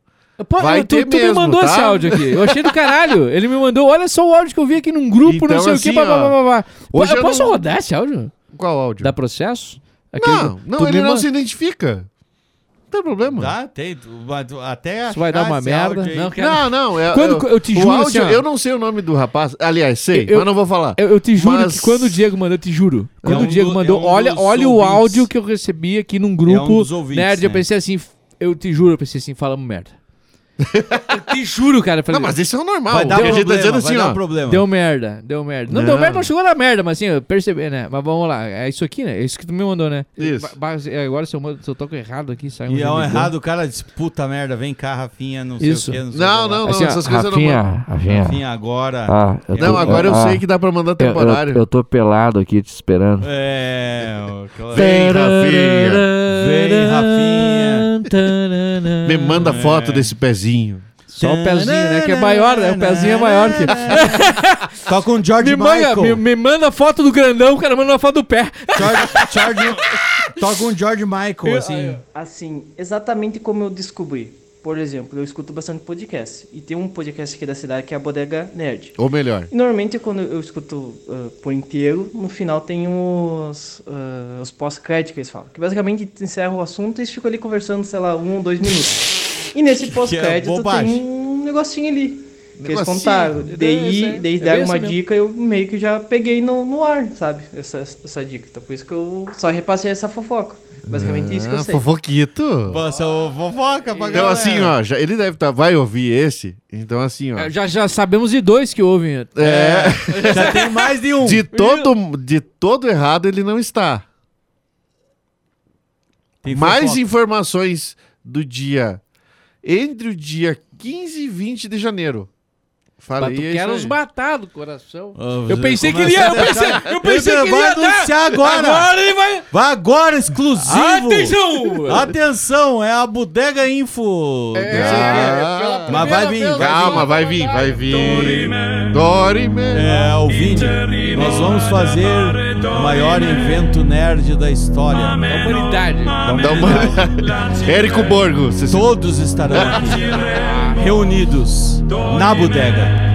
Speaker 4: Pô,
Speaker 5: Vai
Speaker 4: tu,
Speaker 5: ter
Speaker 4: tu me
Speaker 5: mesmo,
Speaker 4: mandou
Speaker 5: tá?
Speaker 4: esse áudio aqui. Eu achei do caralho. Ele me mandou, olha só o áudio que eu vi aqui num grupo, não
Speaker 5: Então,
Speaker 4: sei o
Speaker 5: assim,
Speaker 4: que, blá, blá, blá,
Speaker 5: ó,
Speaker 4: blá. Pô,
Speaker 5: hoje
Speaker 4: Eu
Speaker 5: eu
Speaker 4: posso
Speaker 5: não-
Speaker 4: rodar esse áudio?
Speaker 5: qual áudio?
Speaker 4: Dá processo? Aquele-
Speaker 5: Não,
Speaker 4: tu
Speaker 5: não,
Speaker 4: me
Speaker 5: ele não
Speaker 4: manda-
Speaker 5: se identifica. Não tem problema.
Speaker 6: Tá, tem. tu- vai- tu- Até
Speaker 4: Isso vai dar
Speaker 6: achar
Speaker 4: uma
Speaker 6: esse
Speaker 4: merda.
Speaker 6: áudio aí.
Speaker 4: Não, cara,
Speaker 5: Não, não. É,
Speaker 4: Quando- eu te
Speaker 5: o
Speaker 4: juro,
Speaker 5: áudio,
Speaker 4: assim, ó.
Speaker 5: eu não sei o nome do rapaz. Aliás, sei,
Speaker 4: Eu-
Speaker 5: mas não vou falar.
Speaker 4: Eu, eu te juro
Speaker 5: Mas-
Speaker 4: que quando o Diego mandou, eu te juro. Quando
Speaker 6: um
Speaker 4: o Diego
Speaker 6: do-
Speaker 4: mandou,
Speaker 6: é um
Speaker 4: olha,
Speaker 6: dos
Speaker 4: olha o
Speaker 6: ouvintes. É um
Speaker 4: áudio que eu recebi aqui num grupo
Speaker 6: dos ouvintes,
Speaker 4: nerd. Eu
Speaker 6: né?
Speaker 4: pensei assim, f- eu te juro, eu pensei assim, falamos merda. Eu te juro, cara. eu Falei,
Speaker 5: Não, mas isso é o normal.
Speaker 6: Vai dar
Speaker 5: Porque a gente tá
Speaker 6: problema,
Speaker 5: dizendo
Speaker 6: vai
Speaker 5: assim,
Speaker 6: dar
Speaker 5: ó.
Speaker 6: problema.
Speaker 4: Deu um merda, deu merda. Não,
Speaker 5: Não.
Speaker 4: deu merda, não chegou na merda, mas assim, eu percebi, né? Mas vamos lá, é isso aqui, né? É isso que tu me mandou, né?
Speaker 5: Isso.
Speaker 4: Ba- ba- é, Agora se eu, mando- se eu toco errado aqui, sai um
Speaker 6: E é um
Speaker 4: gemidão.
Speaker 6: errado, o cara diz, puta merda, vem cá, Rafinha, não sei
Speaker 4: Isso.
Speaker 6: o quê. Não, sei
Speaker 5: Não,
Speaker 6: o que lá.
Speaker 5: não,
Speaker 4: Assim, ó,
Speaker 5: essas coisas eu não
Speaker 1: Rafinha,
Speaker 5: mando.
Speaker 1: Rafinha.
Speaker 6: Rafinha, agora.
Speaker 1: Ah, eu tô-
Speaker 5: Não, agora eu
Speaker 1: ah,
Speaker 5: sei que dá pra mandar
Speaker 1: eu- eu-
Speaker 5: temporário.
Speaker 1: Eu, tô pelado aqui te esperando.
Speaker 6: É, o- aquela-
Speaker 5: Vem, Rafinha.
Speaker 6: Vem, Rafinha.
Speaker 4: Rafinha.
Speaker 5: Me
Speaker 6: Ah,
Speaker 5: manda
Speaker 6: é.
Speaker 5: foto desse pezinho.
Speaker 4: Só o pezinho, né? Que é maior, né? O pezinho é maior que.
Speaker 6: Toca um George
Speaker 4: Me
Speaker 6: Michael.
Speaker 4: manda, me, me manda foto do grandão, o cara manda uma foto do pé.
Speaker 6: George, George- toca um George Michael, assim.
Speaker 7: Assim, exatamente como eu descobri. Por exemplo, eu escuto bastante podcast. E tem um podcast aqui da cidade que é a Bodega Nerd.
Speaker 5: Ou melhor,
Speaker 7: E normalmente quando eu escuto ah, por inteiro, no final tem os, ah, os pós-créditos que eles falam. Que basicamente encerra o assunto e eles ficam ali conversando, sei lá, um ou dois minutos. E nesse pós-crédito
Speaker 6: bobagem.
Speaker 7: tem um negocinho ali. Que eles
Speaker 5: Negocinho.
Speaker 7: contaram. Daí,
Speaker 4: isso aí.
Speaker 7: daí
Speaker 4: É
Speaker 7: deram
Speaker 4: bem
Speaker 7: uma
Speaker 4: assim mesmo.
Speaker 7: dica eu meio que já peguei no, no ar, sabe? Essa, essa dica. Então por isso que eu só repassei essa fofoca. Basicamente isso que eu
Speaker 5: ah,
Speaker 7: sei.
Speaker 5: fofoquito.
Speaker 6: Passa o fofoca pra
Speaker 5: Então
Speaker 6: galera.
Speaker 5: assim, ó, já- ele deve tá, vai ouvir esse. Então assim, ó.
Speaker 4: É, Já, já sabemos de dois que ouvem.
Speaker 5: É,
Speaker 6: Já tem mais de um.
Speaker 5: de todo de todo errado ele não está.
Speaker 6: Tem
Speaker 5: Mais
Speaker 6: fofoca.
Speaker 5: informações do dia entre o dia 15 e 20 de janeiro.
Speaker 4: Mas
Speaker 5: Falei
Speaker 4: tu
Speaker 5: é
Speaker 4: quer
Speaker 5: isso
Speaker 4: nos
Speaker 5: aí.
Speaker 4: matar do coração.
Speaker 6: Ah,
Speaker 4: Eu
Speaker 6: você
Speaker 4: pensei que
Speaker 6: começa
Speaker 4: ele ia, eu
Speaker 6: a deixar-
Speaker 4: pensei, eu pensei que ele
Speaker 6: vai
Speaker 4: ia dar.
Speaker 6: anunciar agora.
Speaker 4: Agora ele vai.
Speaker 6: Vai agora, exclusivo.
Speaker 4: Atenção!
Speaker 6: Atenção, é a Bodega Info.
Speaker 4: É,
Speaker 6: Não sei o quê.
Speaker 5: Ah,
Speaker 6: Mas vai vir, vai
Speaker 5: Calma, vai vir, vai vir. Dorime.
Speaker 6: É, ouvinte, nós vamos fazer o maior evento nerd da história.
Speaker 4: A É humanidade.
Speaker 5: Dá uma... Érico Borgo, você
Speaker 6: Todos estarão aqui, reunidos na bodega.